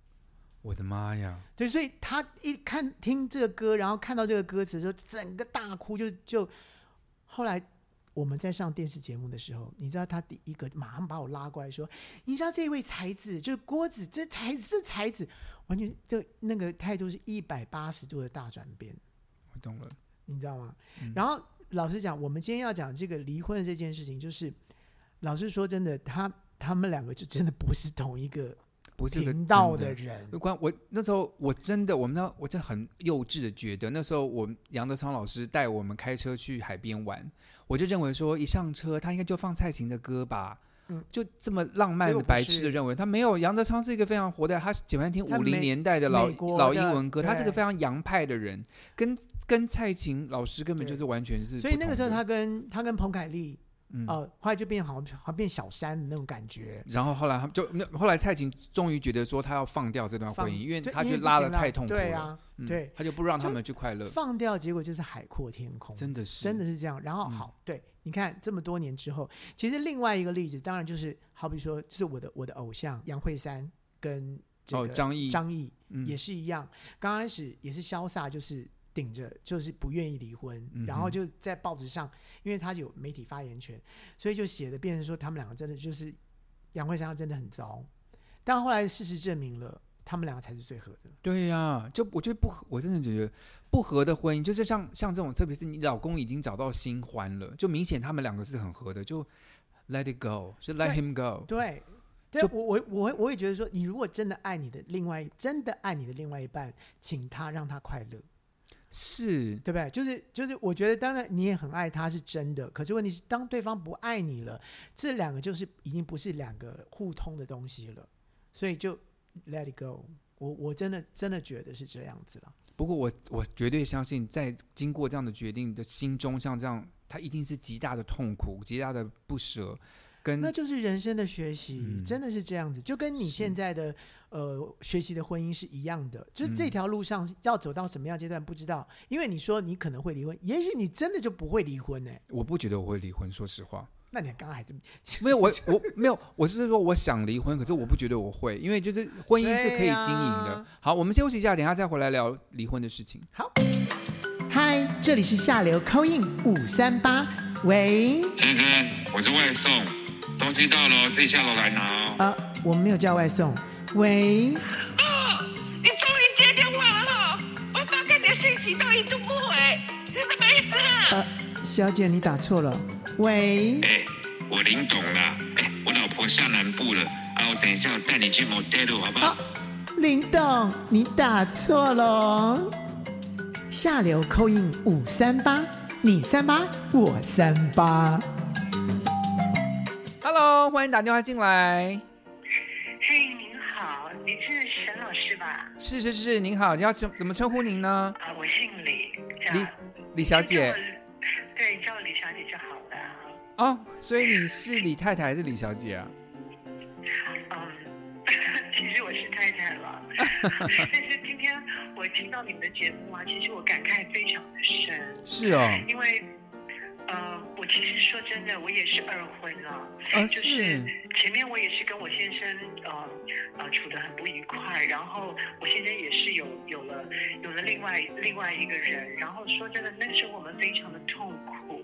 [SPEAKER 2] 我的妈呀，
[SPEAKER 1] 对，所以他一看听这个歌，然后看到这个歌词的时候，整个大哭就，就后来我们在上电视节目的时候，你知道他第一个马上把我拉过来说，你知道这位才子就是郭子，这才子这才子，完全这那个态度是一百八十度的大转变，
[SPEAKER 2] 我懂了，
[SPEAKER 1] 你知道吗？
[SPEAKER 2] 嗯
[SPEAKER 1] 然后老实讲，我们今天要讲这个离婚的这件事情，就是老实说，真的，他他们两个就真的不是同一个
[SPEAKER 2] 不是个
[SPEAKER 1] 频道
[SPEAKER 2] 真
[SPEAKER 1] 的
[SPEAKER 2] 的。
[SPEAKER 1] 人，
[SPEAKER 2] 有关我那时候，我真的，我们那我真的很幼稚的觉得，那时候我们杨德昌老师带我们开车去海边玩，我就认为说，一上车他应该就放蔡琴的歌吧，
[SPEAKER 1] 嗯
[SPEAKER 2] 就这么浪漫
[SPEAKER 1] 结果
[SPEAKER 2] 的
[SPEAKER 1] 不
[SPEAKER 2] 白痴
[SPEAKER 1] 是
[SPEAKER 2] 的认为，他没有杨德昌是一个非常活的，他喜欢听
[SPEAKER 1] 他
[SPEAKER 2] 五零
[SPEAKER 1] 美
[SPEAKER 2] 年代的老
[SPEAKER 1] 美国
[SPEAKER 2] 老
[SPEAKER 1] 的
[SPEAKER 2] 英文歌，他是个
[SPEAKER 1] 对
[SPEAKER 2] 非常洋派的人，跟跟蔡琴老师根本就
[SPEAKER 1] 对
[SPEAKER 2] 是完全是不同的，
[SPEAKER 1] 所以那个时候他跟他跟彭凯丽，
[SPEAKER 2] 嗯
[SPEAKER 1] 呃，后来就变好像好像变小三的那种感觉。
[SPEAKER 2] 然后后来他们就那后来蔡琴终于觉得说她要放掉这段婚
[SPEAKER 1] 放
[SPEAKER 2] 啊姻，因为
[SPEAKER 1] 对
[SPEAKER 2] 她
[SPEAKER 1] 因
[SPEAKER 2] 就
[SPEAKER 1] 不
[SPEAKER 2] 拉
[SPEAKER 1] 行
[SPEAKER 2] 的太痛苦了，
[SPEAKER 1] 对啊，
[SPEAKER 2] 嗯
[SPEAKER 1] 对
[SPEAKER 2] 她就不让他
[SPEAKER 1] 就
[SPEAKER 2] 们去快乐，
[SPEAKER 1] 放掉结果就是海阔天空，
[SPEAKER 2] 真的是
[SPEAKER 1] 真的是这样。然后
[SPEAKER 2] 嗯
[SPEAKER 1] 好，对，你看这么多年之后，其实另外一个例子，当然就是好比说，就是我的我的偶像杨慧珊跟这个
[SPEAKER 2] 哦，张毅，
[SPEAKER 1] 张毅
[SPEAKER 2] 嗯
[SPEAKER 1] 也是一样，刚开始也是潇洒，就是顶着，就是不愿意离婚，然后
[SPEAKER 2] 嗯哼
[SPEAKER 1] 就在报纸上，因为他有媒体发言权，所以就写的变成说他们两个真的就是杨慧珊真的很糟，但后来事实证明了，他们两个才是最合的。
[SPEAKER 2] 对呀、就我觉得不合，我真的觉得不合的婚姻，就是像像这种，特别是你老公已经找到新欢了，就明显他们两个是很合的，就 let it go，就
[SPEAKER 1] 对
[SPEAKER 2] let him go。
[SPEAKER 1] 对，但我我我会我也觉得说，你如果真的爱你的另外真的爱你的另外一半，请他让他快乐，
[SPEAKER 2] 是，
[SPEAKER 1] 对不对？就是就是，我觉得当然你也很爱他是真的，可是问题是，当对方不爱你了，这两个就是已经不是两个互通的东西了，所以就 let it go。我我真的真的觉得是这样子了。
[SPEAKER 2] 不过我我绝对相信，在经过这样的决定的心中，像这样，他一定是极大的痛苦，极大的不舍，跟
[SPEAKER 1] 那就是人生的学习，
[SPEAKER 2] 嗯
[SPEAKER 1] 真的是这样子，就跟你现在的呃学习的婚姻是一样的。就是这条路上要走到什么样阶段不知道，因为你说你可能会离婚，也许你真的就不会离婚呢、
[SPEAKER 2] 我不觉得我会离婚，说实话。
[SPEAKER 1] 那你刚刚还 这么
[SPEAKER 2] 没有，我我没有，我是说我想离婚，可是我不觉得我会，因为就是婚姻是可以经营
[SPEAKER 1] 对
[SPEAKER 2] 的。
[SPEAKER 1] 呀
[SPEAKER 2] 好，我们休息一下，等一下再回来聊离婚的事情。
[SPEAKER 1] 好。嗨，这里是下流 c in 五三八，喂，
[SPEAKER 3] 先生，我是外送，东西到了哦自己下楼来拿哦。
[SPEAKER 1] 呃，我们没有叫外送，喂，
[SPEAKER 4] 哦，你终于接电话了哈、我发给你的信息都一度不回，你什么意思啊？
[SPEAKER 1] 呃，小姐你打错了，喂，
[SPEAKER 3] 哎、我林董啦，哎、我老婆下南部了，啊，我等一下我带你去 motel 好不好？
[SPEAKER 1] 啊，林董，你打错了哦。下流扣印五三八，你三八，我三八。
[SPEAKER 2] Hello，欢迎打电话进来。
[SPEAKER 5] 嘿，您好，您是沈老师吧？
[SPEAKER 2] 是是是，您好，要怎怎么称呼您呢？
[SPEAKER 5] 啊，我姓李，叫
[SPEAKER 2] 李李小姐。
[SPEAKER 5] 对，叫我李小姐就好了。
[SPEAKER 2] 哦，所以你是李太太还是李小姐啊？
[SPEAKER 5] 嗯， 其实我是太太了， 但是今天我听到你们的节目啊，其实我感慨非常的深，
[SPEAKER 2] 是哦，
[SPEAKER 5] 因为，呃，我其实说真的，我也是二婚了。
[SPEAKER 2] 啊，
[SPEAKER 5] 就是前面我也是跟我先生呃呃处得很不愉快，然后呃我先生也是有有了有了另外另外一个人，然后说真的，那时候我们非常的痛苦，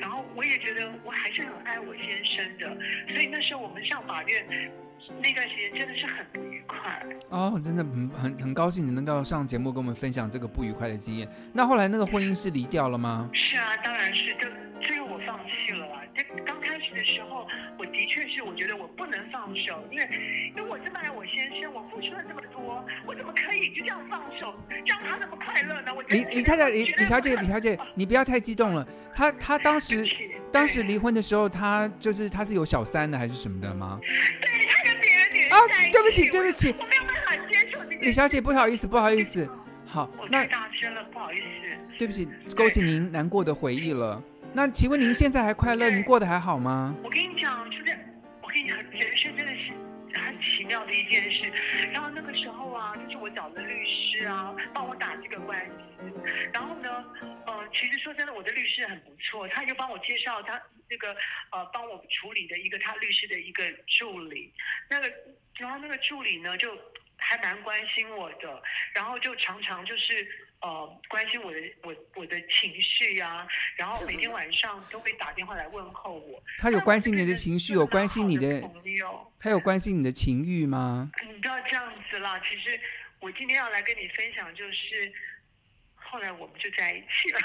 [SPEAKER 5] 然后我也觉得我还是很爱我先生的，所以那时候我们上法院那段时间真的是很不愉快。
[SPEAKER 2] 哦，真的很很很高兴你能够上节目跟我们分享这个不愉快的经验。那后来那个婚姻是离掉了吗？
[SPEAKER 5] 是啊，当然是，就最后我放弃了啊。这刚开始的时候，我的确是我觉得我不能放手，因为因为我这么爱我先生，我付出了这么多，我怎么可以就这样放手，让他那么快乐呢？我
[SPEAKER 2] 李李太太，李
[SPEAKER 5] 觉得
[SPEAKER 2] 李小姐，
[SPEAKER 5] 我
[SPEAKER 2] 李小姐，你不要太激动了。她她当时
[SPEAKER 5] 对不起
[SPEAKER 2] 当时离婚的时候，她就是她是有小三的还是什么的吗？
[SPEAKER 5] 对他跟别的女人
[SPEAKER 2] 啊
[SPEAKER 5] 在一起
[SPEAKER 2] 对不起对不起
[SPEAKER 5] 我我没有办法接受这件事
[SPEAKER 2] 李小姐，不好意思，不好意思。好
[SPEAKER 5] 我，
[SPEAKER 2] 那
[SPEAKER 5] 太大声了，不好意思。
[SPEAKER 2] 对不起，勾起您难过的回忆了。那请问您现在还快乐？您过得还好吗？
[SPEAKER 5] 我跟你讲，就是我跟你讲，人生真的是很奇妙的一件事。然后那个时候啊，就是我找了律师啊，帮我打这个官司。然后呢，呃，其实说真的，我的律师很不错，他就帮我介绍他那个呃帮我处理的一个他律师的一个助理。那个然后那个助理呢，就还蛮关心我的，然后就常常就是。呃，关心我的我我的情绪呀、然后每天晚上都会打电话来问候我，
[SPEAKER 2] 她有关心你的情绪，有关心你的，
[SPEAKER 5] 朋友，
[SPEAKER 2] 她有关心你的情欲吗？
[SPEAKER 5] 你不要这样子啦。其实我今天要来跟你分享，就是后来我们就在一起了。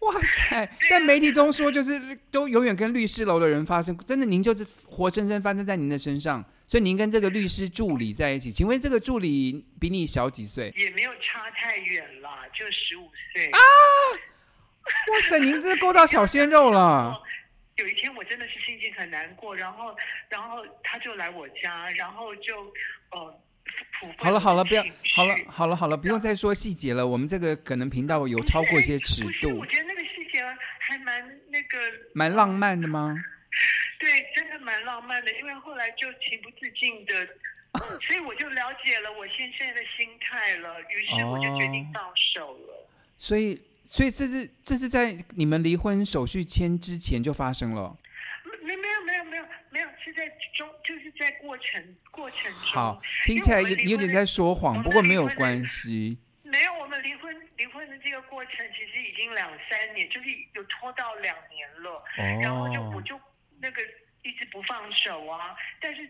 [SPEAKER 2] 哇塞，在媒体中说就是都永远跟律师楼的人发生，真的您就是活生生发生在您的身上，所以您跟这个律师助理在一起。请问这个助理比你小几岁？
[SPEAKER 5] 也没有差太远啦，就十五岁。
[SPEAKER 2] 啊 哇塞，您这勾到小鲜肉了！
[SPEAKER 5] 有一天我真的是心情很难过，然后，然后他就来我家，然后就，呃，抚 慰
[SPEAKER 2] 好了好了，
[SPEAKER 5] 我的
[SPEAKER 2] 不要
[SPEAKER 5] 情绪
[SPEAKER 2] 好了好了好了，不用再说细节了。我们这个可能频道有
[SPEAKER 5] 不是
[SPEAKER 2] 超过一些尺
[SPEAKER 5] 哎不是
[SPEAKER 2] 度
[SPEAKER 5] 我，觉得那个细节还蛮那个，
[SPEAKER 2] 蛮浪漫的吗？
[SPEAKER 5] 对，真的蛮浪漫的，因为后来就情不自 禁的，所以我就了解了我先生的心态了，于是我就决
[SPEAKER 2] 哦
[SPEAKER 5] 定放手了。
[SPEAKER 2] 所以所以这是这是在你们离婚手续签之前就发生了。
[SPEAKER 5] 没没有没有没有没有，是在中就是在过程过程中，
[SPEAKER 2] 好，听起来有有点在说
[SPEAKER 5] 我
[SPEAKER 2] 谎，
[SPEAKER 5] 们
[SPEAKER 2] 不过没
[SPEAKER 5] 离
[SPEAKER 2] 有
[SPEAKER 5] 婚
[SPEAKER 2] 关系。
[SPEAKER 5] 没有，我们离婚离婚的这个过程其实已经两三年，就是有拖到两年了。然后就我
[SPEAKER 2] 哦，
[SPEAKER 5] 就那个一直不放手啊，但是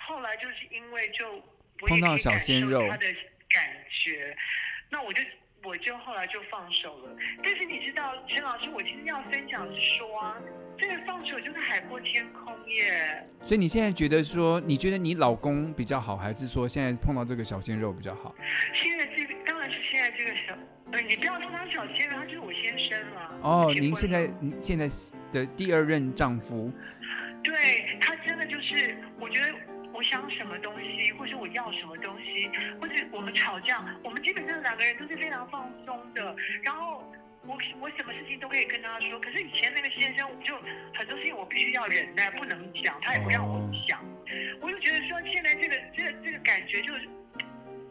[SPEAKER 5] 后来就是因为就我也
[SPEAKER 2] 碰到
[SPEAKER 5] 可以
[SPEAKER 2] 小
[SPEAKER 5] 感
[SPEAKER 2] 鲜
[SPEAKER 5] 受
[SPEAKER 2] 肉
[SPEAKER 5] 他的感觉，那我就我就后来就放手了。但是你知道，陈老师，我今天要分享是说啊，这个放手就是海阔天空耶。
[SPEAKER 2] 所以你现在觉得说，你觉得你老公比较好，还是说现在碰到这个小鲜肉比较好？
[SPEAKER 5] 现在这个当然是现在这个小，呃，你不要说他小鲜肉，他就是我先生了。
[SPEAKER 2] 哦，
[SPEAKER 5] 结
[SPEAKER 2] 您
[SPEAKER 5] 婚
[SPEAKER 2] 现在
[SPEAKER 5] 了
[SPEAKER 2] 您现在的第二任丈夫，
[SPEAKER 5] 对他真的就是，我觉得我想什么东西，或是我要什么东西，或者我们吵架，我们基本上两个人都是非常放松的。然后我我什么事情都可以跟他说，可是以前那个先生，我就很多事情我必须要忍耐，不能讲，他也不让我
[SPEAKER 2] 哦
[SPEAKER 5] 讲。我就觉得说，现在这个这个这个感觉就是。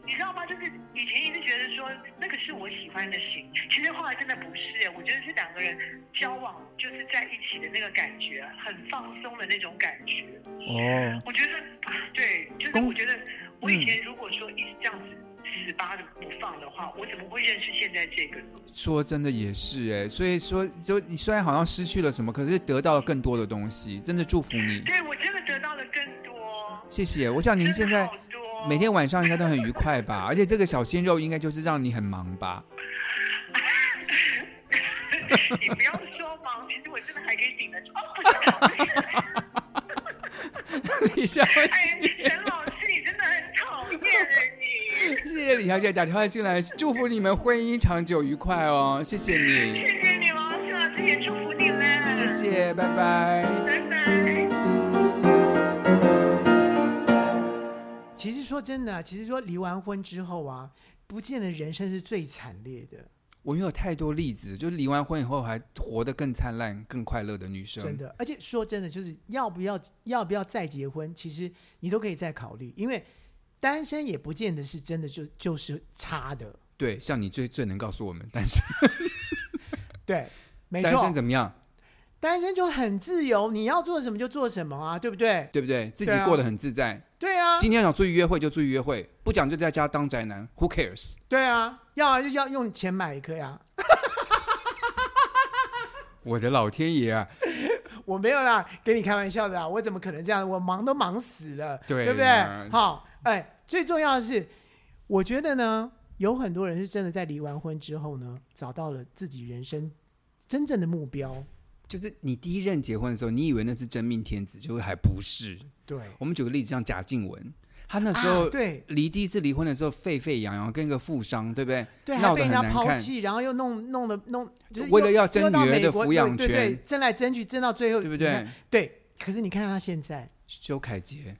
[SPEAKER 5] 你知道吗？就是以前一直觉得说那个是我喜欢的型，其实后来真的不是。我觉得是两个人交往，就是在一起的那个感觉，很放松的那种感觉。
[SPEAKER 2] 哦，
[SPEAKER 5] 我觉得，啊对，就是
[SPEAKER 2] 公
[SPEAKER 5] 我觉得我以前如果说一直这样子死扒着不放的话，我怎么会认识现在这个？
[SPEAKER 2] 说真的也是哎，所以说就你虽然好像失去了什么，可是得到了更多的东西，真的祝福你，
[SPEAKER 5] 对我真的得到了更 多。
[SPEAKER 2] 谢谢。我想您现
[SPEAKER 5] 真的
[SPEAKER 2] 在
[SPEAKER 5] 好多
[SPEAKER 2] 每天晚上应该都很愉快吧，而且这个小鲜肉应该就是让你很忙吧。
[SPEAKER 5] 你不要说忙，其实我真的还可以顶得住。哦，不是，
[SPEAKER 2] 李小
[SPEAKER 5] 哎
[SPEAKER 2] 姐，，
[SPEAKER 5] 陈老师，你真的很讨厌欸你。
[SPEAKER 2] 谢谢李小姐打电话进来，祝福你们婚姻长久愉快哦，谢谢你，
[SPEAKER 5] 谢谢你，王老师也祝福你们。
[SPEAKER 2] 谢，谢，拜拜。
[SPEAKER 5] 拜拜。
[SPEAKER 1] 其实说真的啊，其实说离完婚之后啊，不见得人生是最惨烈的，
[SPEAKER 2] 我有太多例子，就是离完婚以后还活得更灿烂、更快乐的女生。
[SPEAKER 1] 真，的。而且说真的，就是要不要要不要再结婚，其实你都可以再考虑，因为单身也不见得是真的就就是差的。
[SPEAKER 2] 对，像你最最能告诉我们单身，
[SPEAKER 1] 对，没错，
[SPEAKER 2] 单身怎么样，
[SPEAKER 1] 单身就很自由，你要做什么就做什么啊，对不对？
[SPEAKER 2] 对不对？自己
[SPEAKER 1] 对啊
[SPEAKER 2] 过得很自在。
[SPEAKER 1] 对啊，
[SPEAKER 2] 今天想出去约会就出去约会，不讲就在家当宅男，Who cares？
[SPEAKER 1] 对啊，要啊就要用钱买一颗呀、
[SPEAKER 2] 我的老天爷啊！
[SPEAKER 1] 我没有啦，跟你开玩笑的啊，我怎么可能这样？我忙都忙死了，
[SPEAKER 2] 对
[SPEAKER 1] 不
[SPEAKER 2] 啊
[SPEAKER 1] 对？好，哎，最重要的是，我觉得呢，有很多人是真的在离完婚之后呢，找到了自己人生真正的目标。
[SPEAKER 2] 就是你第一任结婚的时候，你以为那是真命天子，结果还不是。
[SPEAKER 1] 对，
[SPEAKER 2] 我们举个例子，像贾静雯，她那时候、
[SPEAKER 1] 啊对
[SPEAKER 2] 离第一次离婚的时候沸沸扬扬，跟一个富商，对不对？
[SPEAKER 1] 对，还
[SPEAKER 2] 闹
[SPEAKER 1] 被
[SPEAKER 2] 得很
[SPEAKER 1] 人家
[SPEAKER 2] 难
[SPEAKER 1] 抛
[SPEAKER 2] 看。
[SPEAKER 1] 弃，然后又弄弄了弄，就是
[SPEAKER 2] 为了
[SPEAKER 1] 又
[SPEAKER 2] 要争
[SPEAKER 1] 又到
[SPEAKER 2] 女儿
[SPEAKER 1] 美
[SPEAKER 2] 的
[SPEAKER 1] 国
[SPEAKER 2] 抚养
[SPEAKER 1] 对对对，
[SPEAKER 2] 权
[SPEAKER 1] 争来争去，争到最后，
[SPEAKER 2] 对不
[SPEAKER 1] 你
[SPEAKER 2] 对
[SPEAKER 1] 看？对，可是你看看他现在，
[SPEAKER 2] 周凯杰，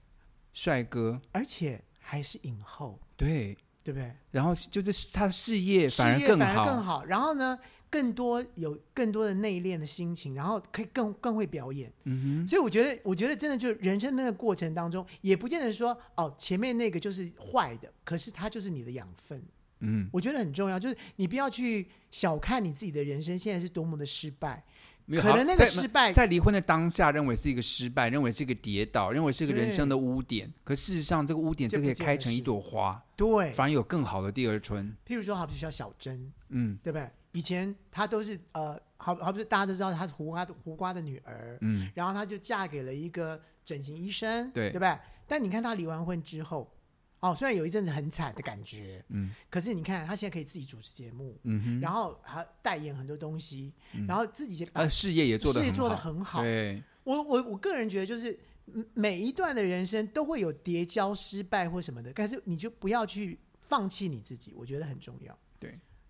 [SPEAKER 2] 帅哥，
[SPEAKER 1] 而且还是影后，
[SPEAKER 2] 对，
[SPEAKER 1] 对不对？
[SPEAKER 2] 然后就是他事业
[SPEAKER 1] 事
[SPEAKER 2] 反而
[SPEAKER 1] 业
[SPEAKER 2] 更
[SPEAKER 1] 反而
[SPEAKER 2] 好，
[SPEAKER 1] 更好。然后呢，更多有更多的内敛的心情，然后可以更更会表演。
[SPEAKER 2] 嗯
[SPEAKER 1] 所以我觉得，我觉得真的就是人生那个过程当中，也不见得说哦，前面那个就是坏的，可是它就是你的养分。
[SPEAKER 2] 哼，嗯，
[SPEAKER 1] 我觉得很重要，就是你不要去小看你自己的人生现在是多么的失败。
[SPEAKER 2] 没有
[SPEAKER 1] 可
[SPEAKER 2] 好
[SPEAKER 1] 能那个
[SPEAKER 2] 在
[SPEAKER 1] 失败
[SPEAKER 2] 在离婚的当下，认为是一个失败，认为是一个跌倒，认为是一个人
[SPEAKER 1] 对
[SPEAKER 2] 生的污点。可事实上，这个污点
[SPEAKER 1] 这
[SPEAKER 2] 是
[SPEAKER 1] 不
[SPEAKER 2] 可以
[SPEAKER 1] 见
[SPEAKER 2] 开
[SPEAKER 1] 得
[SPEAKER 2] 成一
[SPEAKER 1] 是
[SPEAKER 2] 朵花，
[SPEAKER 1] 对，
[SPEAKER 2] 反而有更好的第二春。
[SPEAKER 1] 譬如说，好比说小珍，
[SPEAKER 2] 嗯
[SPEAKER 1] 对不对？以前她都是呃，好好比大家都知道她是胡瓜胡瓜的女儿，
[SPEAKER 2] 嗯，
[SPEAKER 1] 然后她就嫁给了一个整形医生，
[SPEAKER 2] 对
[SPEAKER 1] 对不对？但你看她离完婚之后，哦，虽然有一阵子很惨的感觉，
[SPEAKER 2] 嗯，
[SPEAKER 1] 可是你看她现在可以自己主持节目，
[SPEAKER 2] 嗯哼，
[SPEAKER 1] 然后还代言很多东西，然后自己
[SPEAKER 2] 呃，事业也做得
[SPEAKER 1] 啊事业
[SPEAKER 2] 很
[SPEAKER 1] 做得
[SPEAKER 2] 好
[SPEAKER 1] 很好
[SPEAKER 2] 对，
[SPEAKER 1] 我我我个人觉得就是。嗯每一段的人生都会有叠交、失败或什么的，但是你就不要去放弃你自己，我觉得很重要。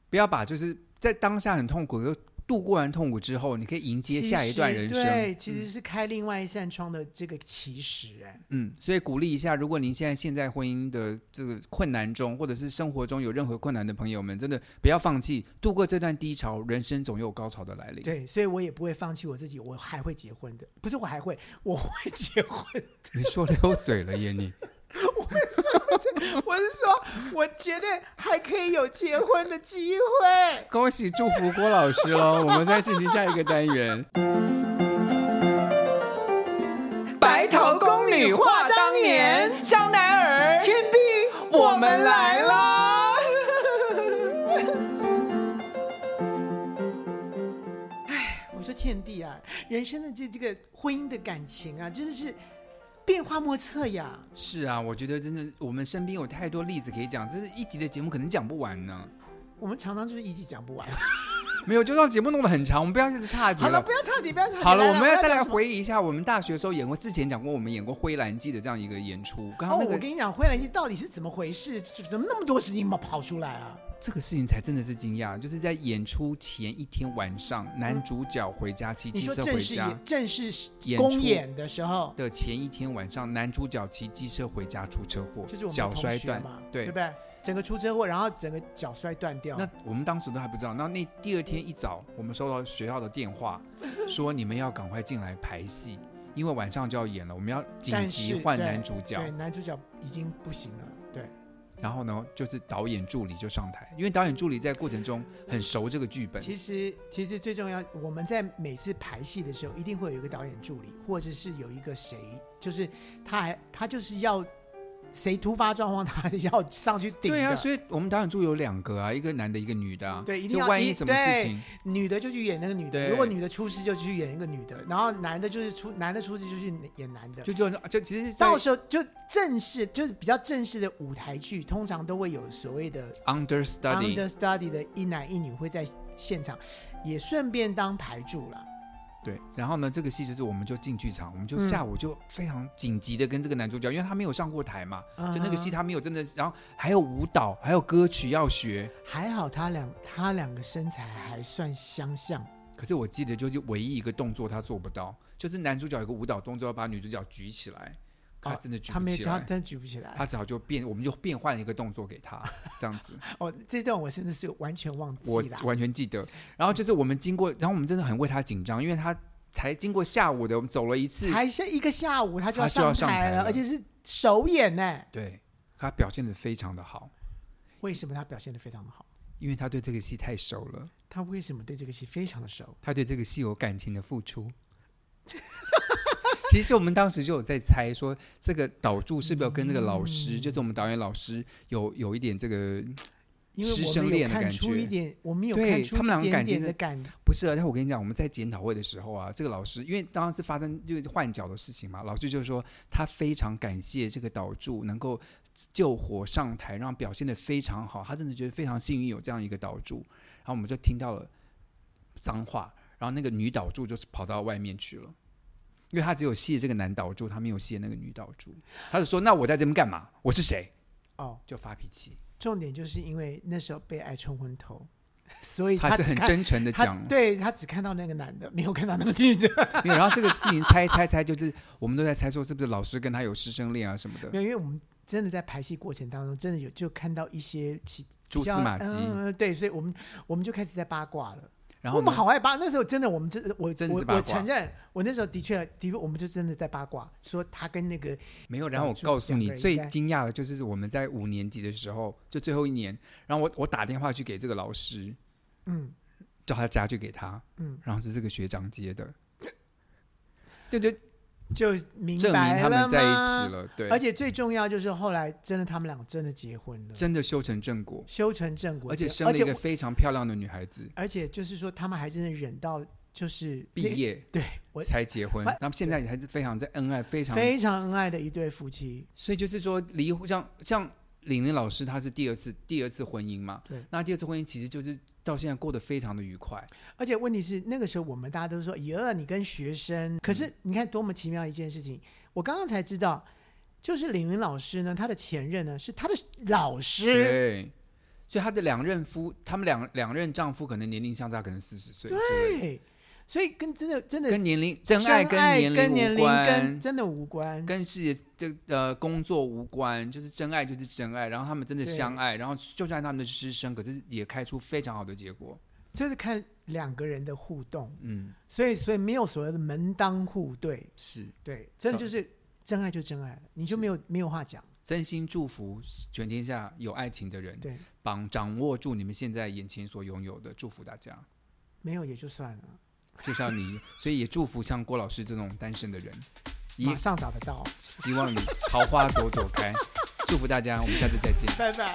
[SPEAKER 2] 不要把就是在当下很痛苦，又度过完痛苦之后，你可以迎接下一段人
[SPEAKER 1] 其实对，
[SPEAKER 2] 生。
[SPEAKER 1] 其实是开另外一扇窗的这个起始、哎、
[SPEAKER 2] 嗯，所以鼓励一下，如果您现在现在婚姻的这个困难中，或者是生活中有任何困难的朋友们，真的不要放弃，度过这段低潮，人生总有高潮的来临。
[SPEAKER 1] 对，所以我也不会放弃我自己，我还会结婚的，不是我还会，我会结婚。
[SPEAKER 2] 你说溜嘴了耶你？
[SPEAKER 1] 我是说，我绝对还可以有结婚的机会。
[SPEAKER 2] 恭喜祝福郭老 师喽！我们再进行下一个单元。
[SPEAKER 1] 白头宫女话当年。年，
[SPEAKER 6] 香奈儿，
[SPEAKER 1] 铅笔，
[SPEAKER 6] 我们来啦！
[SPEAKER 1] 我说倩碧啊，人生的这这个婚姻的感情啊，真的是变化莫测呀。
[SPEAKER 2] 是啊，我觉得真的，我们身边有太多例子可以讲，真是一集的节目可能讲不完呢。
[SPEAKER 1] 我们常常就是一集讲 不完。
[SPEAKER 2] 没有，就让节目弄得很长，我们不要一直岔题
[SPEAKER 1] 好了，不要岔题，不要岔题。
[SPEAKER 2] 好了，
[SPEAKER 1] 来
[SPEAKER 2] 我们要再
[SPEAKER 1] 讲
[SPEAKER 2] 来
[SPEAKER 1] 什么
[SPEAKER 2] 回忆一下我们大学的时候演过，之前讲过我们演过《灰蓝记》的这样一个演出。刚刚
[SPEAKER 1] 哦
[SPEAKER 2] 那，个、
[SPEAKER 1] 我跟你讲，灰蓝机到底是怎么回事？怎么那么多事情跑跑出来啊？
[SPEAKER 2] 这个事情才真的是惊讶，就是在演出前一天晚上，男主角回家骑
[SPEAKER 1] 你
[SPEAKER 2] 机
[SPEAKER 1] 说
[SPEAKER 2] 车
[SPEAKER 1] 正
[SPEAKER 2] 回
[SPEAKER 1] 式
[SPEAKER 2] 家
[SPEAKER 1] 演正式
[SPEAKER 2] 演
[SPEAKER 1] 公
[SPEAKER 2] 出
[SPEAKER 1] 演的时候，
[SPEAKER 2] 的前一天晚上，男主角骑机车回家出车祸，
[SPEAKER 1] 就是我们
[SPEAKER 2] 脚
[SPEAKER 1] 的同
[SPEAKER 2] 摔
[SPEAKER 1] 学
[SPEAKER 2] 断
[SPEAKER 1] 嘛，，
[SPEAKER 2] 对
[SPEAKER 1] 对不对？整个出车祸，然后整个脚摔断掉。
[SPEAKER 2] 那我们当时都还不知道。那那第二天一早，我们收到学校的电话，说你们要赶快进来排戏，因为晚上就要演了，我们要紧
[SPEAKER 1] 但
[SPEAKER 2] 急
[SPEAKER 1] 是
[SPEAKER 2] 换
[SPEAKER 1] 对
[SPEAKER 2] 男主角
[SPEAKER 1] 对。男主角已经不行了，对，
[SPEAKER 2] 然后呢，就是导演助理就上台，因为导演助理在过程中很熟这个剧本。
[SPEAKER 1] 其实，其实最重要，我们在每次排戏的时候，一定会有一个导演助理，或者是有一个谁，就是他还他就是要谁突发状况，他 要上去顶的。
[SPEAKER 2] 对啊，所以我们导演助理有两个啊，一个男的，一个女的啊。
[SPEAKER 1] 对一定
[SPEAKER 2] 就
[SPEAKER 1] 要
[SPEAKER 2] 万
[SPEAKER 1] 一
[SPEAKER 2] 一什么事
[SPEAKER 1] 对
[SPEAKER 2] 情，
[SPEAKER 1] 女的就去演那个女的，
[SPEAKER 2] 对
[SPEAKER 1] 如果女的出事就去演一个女的，然后男的就是出男的出事就去演男的。
[SPEAKER 2] 就就就其实在
[SPEAKER 1] 到时候就正式就是比较正式的舞台剧，通常都会有所谓的
[SPEAKER 2] understudy，
[SPEAKER 1] understudy 的一男一女会在现场，也顺便当排柱了。
[SPEAKER 2] 对。然后呢，这个戏就是我们就进剧场，我们就
[SPEAKER 1] 嗯
[SPEAKER 2] 下午就非常紧急的跟这个男主角，因为他没有上过台嘛，
[SPEAKER 1] 嗯哼
[SPEAKER 2] 就那个戏他没有真的，然后还有舞蹈，还有歌曲要学。
[SPEAKER 1] 还好他两他两个身材还算相像，
[SPEAKER 2] 可是我记得就是唯一一个动作他做不到，就是男主角有个舞蹈动作要把女主角举起来，他真的举
[SPEAKER 1] 哦他
[SPEAKER 2] 不
[SPEAKER 1] 没有
[SPEAKER 2] 起
[SPEAKER 1] 他
[SPEAKER 2] 来。
[SPEAKER 1] 他举不起来
[SPEAKER 2] 他。只好就变，我们就变换了一个动作给他，这样子，
[SPEAKER 1] 哦，这段我真的是完全忘
[SPEAKER 2] 我
[SPEAKER 1] 记了。
[SPEAKER 2] 完全记得。然后就是我们经过，然后我们真的很为他紧张，因为他才经过下午的，我们走了一次，
[SPEAKER 1] 才下一个下午他就要
[SPEAKER 2] 他就要
[SPEAKER 1] 上
[SPEAKER 2] 上
[SPEAKER 1] 台
[SPEAKER 2] 台
[SPEAKER 1] 了，
[SPEAKER 2] 了
[SPEAKER 1] 而且是首演呢。
[SPEAKER 2] 对他表现的非常的好，
[SPEAKER 1] 为什么他表现的非常的好？
[SPEAKER 2] 因为他对这个戏太熟了，
[SPEAKER 1] 他为什么对这个戏非常的熟？
[SPEAKER 2] 他对这个戏有感情的付出。其实我们当时就有在猜说，这个导助是不是有跟这个老师，就是我们导演老师有有一点这个
[SPEAKER 1] 因为我
[SPEAKER 2] 师生
[SPEAKER 1] 们有
[SPEAKER 2] 恋的
[SPEAKER 1] 看
[SPEAKER 2] 感
[SPEAKER 1] 出
[SPEAKER 2] 觉
[SPEAKER 1] 一点，我们有
[SPEAKER 2] 对
[SPEAKER 1] 看出
[SPEAKER 2] 他们两
[SPEAKER 1] 一
[SPEAKER 2] 个
[SPEAKER 1] 点
[SPEAKER 2] 感
[SPEAKER 1] 点
[SPEAKER 2] 情
[SPEAKER 1] 的
[SPEAKER 2] 的
[SPEAKER 1] 感，
[SPEAKER 2] 不是啊，但我跟你讲，我们在检讨会的时候啊，这个老师因为当时发生就是换脚的事情嘛，老师就说他非常感谢这个导助能够救火上台，让表现的非常好，他真的觉得非常幸运有这样一个导助。然后我们就听到了脏话，然后那个女导助就是跑到外面去了，因为他只有谢这个男导助，他没有谢那个女导助，他就说那我在这边干嘛？我是谁？
[SPEAKER 1] 哦，
[SPEAKER 2] 就发脾气，
[SPEAKER 1] 重点就是因为那时候被爱冲昏头， 所以
[SPEAKER 2] 他是
[SPEAKER 1] 只
[SPEAKER 2] 很
[SPEAKER 1] 看
[SPEAKER 2] 真诚的
[SPEAKER 1] 他
[SPEAKER 2] 讲，
[SPEAKER 1] 对他只看到那个男的，没有看到那个女的。
[SPEAKER 2] 没有，然后这个事情猜猜猜，就是我们都在猜说是不是老师跟他有师生恋啊什么
[SPEAKER 1] 没
[SPEAKER 2] 的，
[SPEAKER 1] 有，因为我们真的在排戏过程当中，真的有就看到一些其
[SPEAKER 2] 蛛丝马迹。
[SPEAKER 1] 嗯、对，所以我们我们就开始在八卦了。
[SPEAKER 2] 然后
[SPEAKER 1] 我们
[SPEAKER 2] 呢，
[SPEAKER 1] 好爱八，那时候真的我们真的我
[SPEAKER 2] 真的
[SPEAKER 1] 我
[SPEAKER 2] 是八卦
[SPEAKER 1] 我承认，我那时候的确的确我们就真的在八卦，说他跟那个
[SPEAKER 2] 没有，然后我
[SPEAKER 1] 就
[SPEAKER 2] 告诉
[SPEAKER 1] 两
[SPEAKER 2] 你
[SPEAKER 1] 个，人
[SPEAKER 2] 最
[SPEAKER 1] 在
[SPEAKER 2] 惊讶的就是我们在五年级的时候，就最后一年，然后我我打电话去给这个老师，
[SPEAKER 1] 嗯
[SPEAKER 2] 叫他家去给他，
[SPEAKER 1] 嗯，
[SPEAKER 2] 然后是这个学长 接的，对对，
[SPEAKER 1] 就明
[SPEAKER 2] 证明
[SPEAKER 1] 白
[SPEAKER 2] 他
[SPEAKER 1] 了
[SPEAKER 2] 们在一
[SPEAKER 1] 吗
[SPEAKER 2] 起了，对，
[SPEAKER 1] 而且最重要就是后来真的他们两个真的结婚了，
[SPEAKER 2] 真的修成正果，
[SPEAKER 1] 修成正果，
[SPEAKER 2] 而且生
[SPEAKER 1] 而
[SPEAKER 2] 了一
[SPEAKER 1] 且
[SPEAKER 2] 个非常漂亮的女孩子，
[SPEAKER 1] 而且就是说他们还真的忍到就是
[SPEAKER 2] 毕
[SPEAKER 1] 那个，
[SPEAKER 2] 业
[SPEAKER 1] 对我
[SPEAKER 2] 才结婚
[SPEAKER 1] 哎，
[SPEAKER 2] 他们现在也还是非常在恩爱，非常
[SPEAKER 1] 非常恩爱的一对夫妻，
[SPEAKER 2] 所以就是说离婚，像像玲玲老师，她是第二次第二次婚姻嘛，
[SPEAKER 1] 对
[SPEAKER 2] 那第二次婚姻其实就是到现在过得非常的愉快，
[SPEAKER 1] 而且问题是那个时候我们大家都说耶，你跟学生，可
[SPEAKER 2] 嗯
[SPEAKER 1] 是你看多么奇妙一件事情，我刚刚才知道。就是玲玲老师呢，她的前任呢是她的老师，
[SPEAKER 2] 对。所以她的两任夫，他们两两任丈夫可能年龄相差可能四十岁之类的，
[SPEAKER 1] 对，所以跟真的真的
[SPEAKER 2] 跟年龄真爱跟
[SPEAKER 1] 年跟
[SPEAKER 2] 龄无
[SPEAKER 1] 龄
[SPEAKER 2] 关
[SPEAKER 1] 跟，真的无关，
[SPEAKER 2] 跟事业这呃工作无关，就是真爱就是真爱。然后他们真的
[SPEAKER 1] 对
[SPEAKER 2] 相爱，然后就算他们的师生，可是也开出非常好的结果。
[SPEAKER 1] 就是看两个人的互动，
[SPEAKER 2] 嗯，
[SPEAKER 1] 所以所以没有所谓的门当户对，
[SPEAKER 2] 是
[SPEAKER 1] 对，真的
[SPEAKER 2] 找
[SPEAKER 1] 就是真爱就真爱了，你就没有没有话讲。
[SPEAKER 2] 真心祝福全天下有爱情的人。
[SPEAKER 1] 对，
[SPEAKER 2] 绑掌握住你们现在眼前所拥有的，祝福大家，
[SPEAKER 1] 没有也就算了。
[SPEAKER 2] 介绍你，所以也祝福像郭老师这种单身的人。也
[SPEAKER 1] 马上找得到。
[SPEAKER 2] 希望你桃花朵朵开，祝福大家，我们下次再见。
[SPEAKER 1] 拜拜。